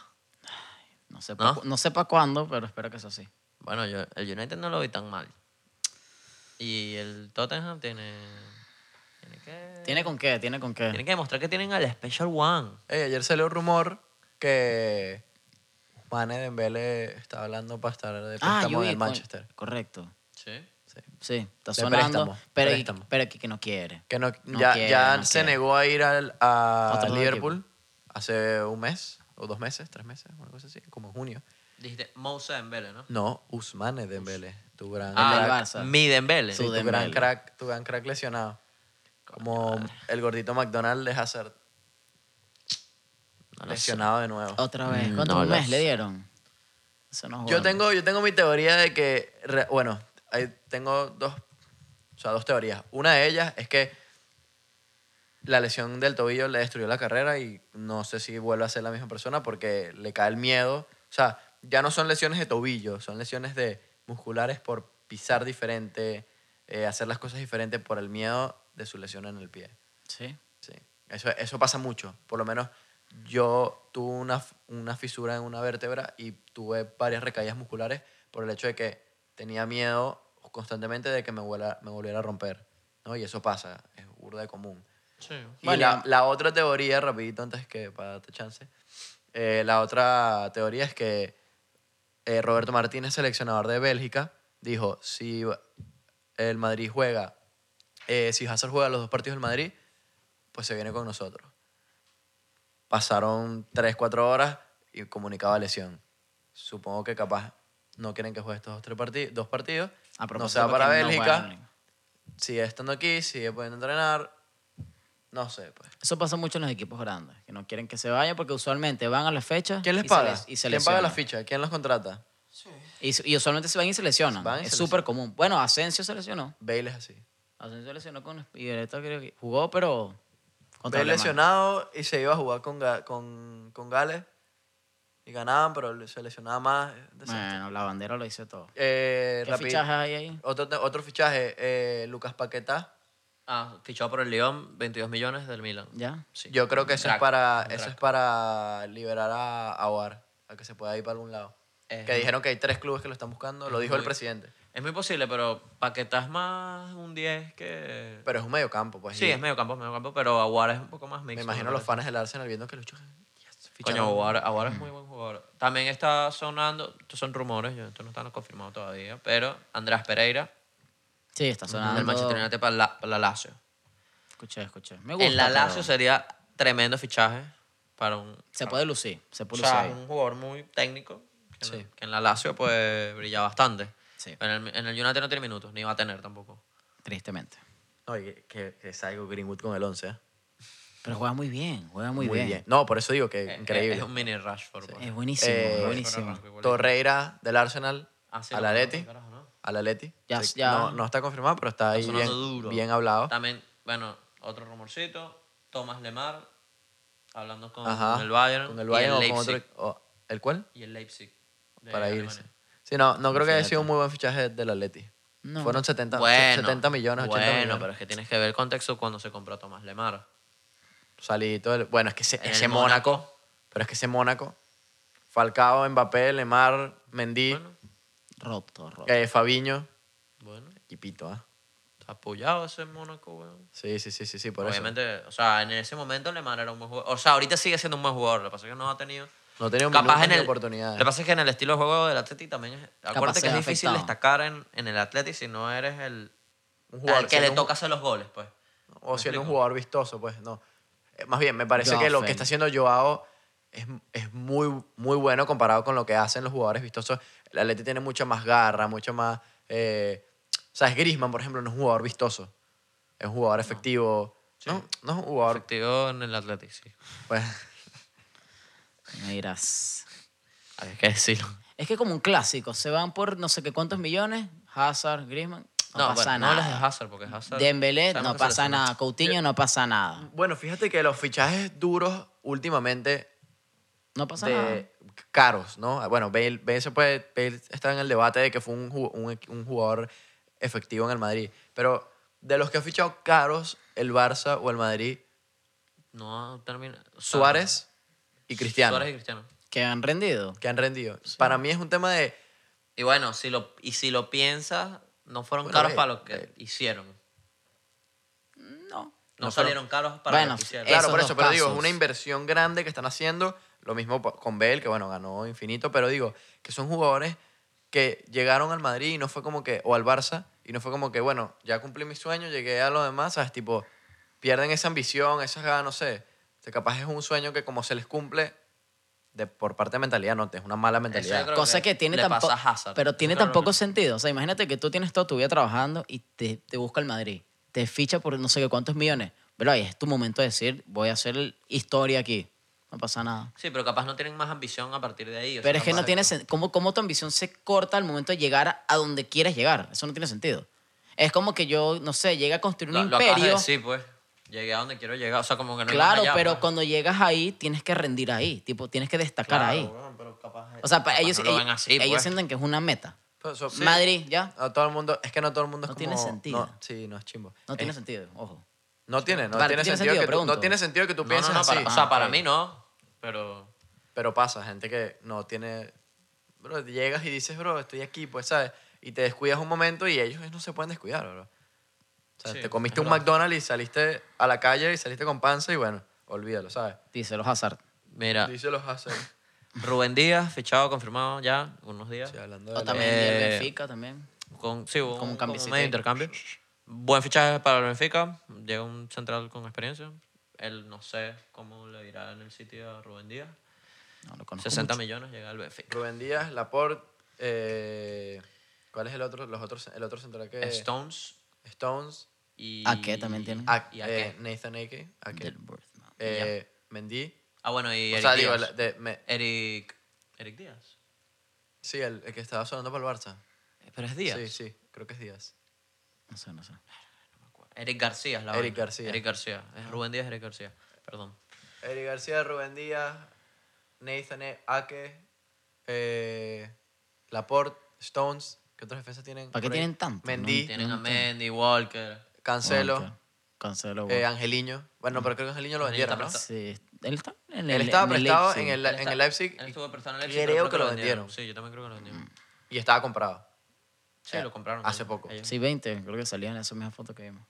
No sé, ¿No? pa- no sé para cuándo, pero espero que sea así. Bueno, yo, el United no lo vi tan mal. Y el Tottenham tiene. Tiene que. ¿Tiene con qué? ¿Tiene con qué? tiene que demostrar que tienen al Special One. Ey, ayer salió un rumor que. Mane Dembele está hablando para estar de Ah, préstamo yo en vi, el con- Manchester. Correcto. Sí. Sí. Sí, está De sonando. préstamo, Pero, préstamo. pero que, que no quiere. Que no, No ya quiere, ya no se quiere. negó a ir al, a Otro Liverpool hace un mes, o dos meses, tres meses, una cosa así, como en junio. Dijiste Moussa Dembele, ¿no? No, Usmane Dembele, tu gran. Ah, crack. del Barça. Mi Dembele. Sí, Tú tu de gran Melo. crack, tu gran crack lesionado. Como el gordito McDonald de Hazard No lo sé. lesionado de nuevo. Otra vez. Mm, ¿Cuánto no un lo mes sé. le dieron? Eso no Yo jugamos. tengo, yo tengo mi teoría de que, re- bueno, ahí tengo dos, o sea, dos teorías. Una de ellas es que la lesión del tobillo le destruyó la carrera y no sé si vuelve a ser la misma persona porque le cae el miedo. O sea, ya no son lesiones de tobillo, son lesiones de musculares por pisar diferente, eh, hacer las cosas diferentes por el miedo de su lesión en el pie. Sí. Sí. Eso, eso pasa mucho. Por lo menos yo tuve una, f- una fisura en una vértebra y tuve varias recaídas musculares por el hecho de que tenía miedo constantemente de que me, vuela- me volviera a romper. ¿no? Y eso pasa, es burda de común. Sí. Y Bueno. la, la otra teoría, rapidito antes que para darte chance, eh, la otra teoría es que eh, Roberto Martínez, seleccionador de Bélgica, dijo, si el Madrid juega, eh, si Hazard juega los dos partidos del Madrid, pues se viene con nosotros. Pasaron 3, 4 horas y comunicaba lesión. Supongo que capaz no quieren que juegue estos dos, tres partidos, dos partidos. A no propósito pues, se va que para no Bélgica. juegan. sigue estando aquí, sigue pudiendo entrenar. No sé, pues. Eso pasa mucho en los equipos grandes, que no quieren que se vayan porque usualmente van a la fecha. ¿Quién les y se paga? les- y se ¿Quién paga la lesionan. ficha? ¿Quién los contrata? Y, su- y usualmente se van y se lesionan. Van y es se súper común. Bueno, Asensio se lesionó. Bale es así. Asensio se lesionó con. Y ahorita creo que jugó, pero. Contra Bale Alemania. lesionado y se iba a jugar con, Ga- con, con Gales. Y ganaban, pero se lesionaba más. Ah. Bueno, la bandera lo hizo todo. Eh, ¿Qué rapid- fichajes hay ahí? Otro, te- otro fichaje, eh, Lucas Paquetá. Ah, fichado por el Lyon, 22 millones del Milan. ¿Ya? Sí. Yo creo que eso, Crack, es, para, un eso crack. es para liberar a Aguar, a que se pueda ir para algún lado. Es que muy- dijeron que hay tres clubes que lo están buscando, lo dijo el muy- presidente. Es muy posible, pero Paquetá es más un 10 que. Pero es un medio campo, pues. Sí, y es medio campo, es medio campo, pero Aguar es un poco más Me mixto. imagino los fans del Arsenal viendo que los chicos Coño, Aguar, Aguar es muy buen jugador. También está sonando, estos son rumores, yo, esto no está confirmado todavía, pero Andrés Pereira Sí, está sonando. Mm, del Manchester United para la, para la Lazio. Escuché, escuché. Me gusta. En la pero- Lazio sería tremendo fichaje. para un, Se puede lucir, se o puede lucir. sea, ahí. es un jugador muy técnico que, en- Sí. que en la Lazio pues brilla bastante. Sí. En, el, en el United no tiene minutos, ni va a tener tampoco. Tristemente. Oye, que, que salgo Greenwood con el 11. ¿eh? Pero juega muy bien, juega muy, bien. No, por eso digo que Eh, increíble. eh, Es un mini Rashford. pues. Es buenísimo, Eh, es Rashford buenísimo. arrancó igualito. Torreira del Arsenal Ah, sí, al lo Atleti. conozco, carajo, ¿no? Al Atleti. Ya- Sí, ya. No, no está confirmado, pero está ahí bien, sonando duro. bien hablado. También, bueno, otro rumorcito, Thomas Lemar, hablando con, Ajá. con el Bayern. Con el Bayern y el o con Leipzig. otro. o- ¿El cuál? Y el Leipzig. de Para Alemania. irse. Sí, no, no creo que haya Fíjate. sido un muy buen fichaje del Atleti. No. Fueron 70, Bueno, 70 millones, 80 bueno, millones. pero es que tienes que ver el contexto cuando se compró Thomas Lemar. Salí todo el- Bueno, es que ese, En ese el Mónaco, Pero es que ese Mónaco. Falcao, Mbappé, Lemar, Mendy, Bueno, Roto, roto. eh, Fabiño. bueno. Equipito, ¿ah? Está apoyado ese Mónaco, weón. Sí, sí, sí, sí, sí, por Obviamente, o sea, en ese momento Lemar era un buen jugador. O sea, ahorita sigue siendo un buen jugador. Lo que pasa es que no ha tenido. eso. No tenía un Capaz en el, oportunidades. Lo que pasa es que en el estilo de juego del Atleti también es. Acuérdate se que es ve difícil afectado. destacar en, en el Atleti si no eres el. Un jugador, al que si le no- toca hacer los goles, pues. O siendo explico? un jugador vistoso, pues no. Eh, Más bien, me parece que lo Joao que está haciendo Joao es, es muy, muy bueno comparado con lo que hacen los jugadores vistosos. El Atleti tiene mucha más garra, mucho más... eh, o sea, es Griezmann, por ejemplo, no es un jugador vistoso. Es un jugador efectivo. No, no es un jugador... Efectivo en el Atleti, sí. pues, Eh. Me dirás. Hay que decirlo. Es que como un clásico, se van por no sé qué cuántos millones, Hazard, Griezmann, no, No, pasa bueno, no nada. hables de Hazard, porque Hazard. Dembélé, sabemos no que se pasa lesionó. nada. Coutinho, no pasa nada. bueno, fíjate que los fichajes duros últimamente No pasa nada. de caros, ¿no? Bueno, Bale, Bale se puede, Bale está en el debate de que fue un, ju- un, un jugador efectivo en el Madrid, pero de los que ha fichado caros el Barça o el Madrid, No termina. o sea, Suárez y Cristiano, Suárez y Cristiano. Que han rendido. que han rendido. Para mí es un tema de, Y bueno, si lo, y si lo piensas, no fueron Bueno, caros ve, para lo que ve. hicieron. No. No, No, pero- salieron caros para Bueno, lo que hicieron. eh, claro, Esos por eso, dos pero digo, es casos. una inversión grande que están haciendo, lo mismo po- con Bale, que bueno, ganó infinito, pero digo, que son jugadores que llegaron al Madrid y no fue como que, o al Barça, y no fue como que, bueno, ya cumplí mi sueño, llegué a lo demás, ¿sabes? Tipo, pierden esa ambición, esas ganas, no sé. O sea, capaz es un sueño que como se les cumple, de, por parte de mentalidad, no, es una mala mentalidad. creo Cosa que que tiene le pasa tampoco. a Hazard. Pero Eso tiene creo tampoco que- sentido. O sea, imagínate que tú tienes toda tu vida trabajando y te, te busca el Madrid. Te ficha por no sé qué cuántos millones. Pero ahí es tu momento de decir, voy a hacer historia aquí. No pasa nada. Sí, pero capaz no tienen más ambición a partir de ahí. o sea, Pero es que no capaz- tiene sen- ¿Cómo, ¿Cómo tu ambición se corta al momento de llegar a donde quieres llegar? Eso no tiene sentido. Es como que yo, no sé, llega a construir Lo, un lo acabas de imperio. decir, pues. Llegué a donde quiero llegar. O sea, como que no hay más claro, allá, pero pues. cuando llegas ahí, tienes que rendir ahí. Tipo, tienes que destacar Claro, ahí. weón, pero capaz- O sea, pa- capaz ellos, no lo ellos, ven así, ellos pues. sienten que es una meta. Pero eso- Madrid, ya. No todo el mundo, es que no todo el mundo es No como... tiene sentido. no, sí, no es chimbo. No tiene Es- sentido, ojo. No tiene, no Para ti tiene tiene sentido, sentido, que tú, no pregunto. tiene sentido que tú No, no, pienses no, para- así. o sea, para Ah, ok. mí no. Pero. Pero pasa, gente que no tiene... Bro, llegas y dices, bro, estoy aquí, pues, ¿sabes? Y te descuidas un momento y ellos no se pueden descuidar, bro. O sea, Sí, te comiste es un verdad. McDonald's y saliste a la calle y saliste con panza y bueno, olvídalo, ¿sabes? Dice los Hazard. Mira, Dice los hacen. Rubén Díaz, fichado, confirmado ya, unos días. Sí, Sí, hablando de... O también Eh, el Benfica también. con, sí hubo Como un un, como cambiecito un medio ahí. intercambio. Buen fichaje para el Benfica. Llega un central con experiencia. Él no sé cómo le dirá en el sitio a Rubén Díaz. No lo conozco 60 mucho. millones llega al Benfica. Rubén Díaz, Laporte, eh, ¿cuál es el otro, los otros, el otro central que... Stones Stones, y. Ah, ¿A qué también tienen? a, ¿Y a eh, qué? Nathan Ake, Ake, Del Bournemouth. eh, Mendy. Ah, bueno, y Eric. o sea, digo, Díaz. el- de- me- Eric. Eric Díaz. sí, el, el que estaba sonando para el Barça. Eh, Pero es Díaz. Sí, sí, creo que es Díaz. No sé, no sé. Eric García es la Eric vaina. García. Eric García. Es Rubén Díaz, Eric García. Perdón. Eric García, Rubén Díaz, Nathan E. Ake, eh, Laporte, Stones. ¿Qué otras defensas tienen? ¿Para qué por ahí? tienen tanto? Ah, Mendy, Tienen a Mendy, Walker. Cancelo, Walker, Cancelo. eh, Walker. Angeliño. Bueno, pero creo que Angeliño lo Angelino vendieron, ¿no? está Sí. Él está en Él el estaba en el prestado Leipzig. en el, Él en está- el Leipzig Él y- estuvo prestado en el creo pero que lo vendieron. Sí, yo también creo que lo vendieron. y estaba comprado. Sí, lo compraron. hace ellos- poco. ellos. Sí, 20. Creo que salían en esa misma foto que vimos.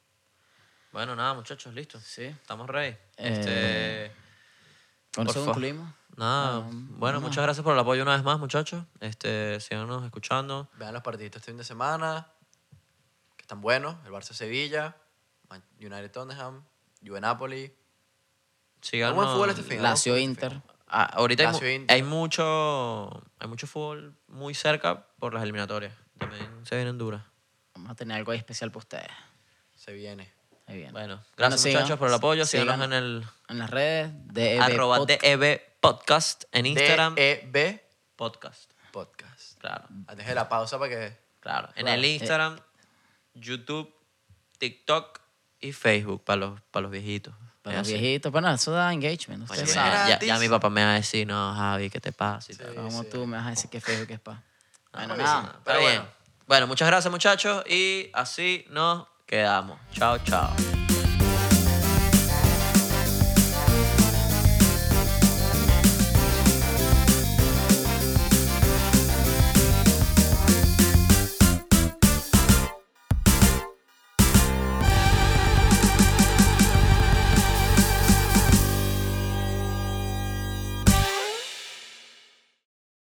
Bueno, nada, muchachos, listo. Sí. Estamos ready. Eh, Este, Con Por eso favor. concluimos. nada, no, bueno, muchas gracias por el apoyo una vez más, muchachos. Este, síganos escuchando. Vean los partiditos este fin de semana, que están buenos. El Barça-Sevilla, Man- United-Tottenham, Juve-Napoli. Sigan. buen fútbol este fin. Digamos, Lazio por fin. Inter. Ah, ahorita hay, Lazio, mu- Inter. hay mucho hay mucho fútbol muy cerca por las eliminatorias. También se vienen duras. Vamos a tener algo ahí especial para ustedes. Se viene. Ahí viene. Bueno, gracias sigan. muchachos por el apoyo. Sigan. Síganos en el En las redes, DEB arroba Podcast. DEB Podcast en Instagram. E DEB Podcast. Podcast. Claro, Antes de la pausa para que... claro. En Claro. el eh. Instagram, YouTube, TikTok y Facebook para los, para los viejitos. Para Es los así. viejitos, bueno, eso da engagement. Coño, ya- Ustedes saben. ya, gratis. ya mi papá me va a decir, no, Javi, ¿qué te pasa? Y tal. Como tú me vas a decir que Facebook es pa. Ah, Bueno, porque nada. sí. Pero Pero bien. bueno. Bueno, muchas gracias muchachos y así nos quedamos. Chao, chao.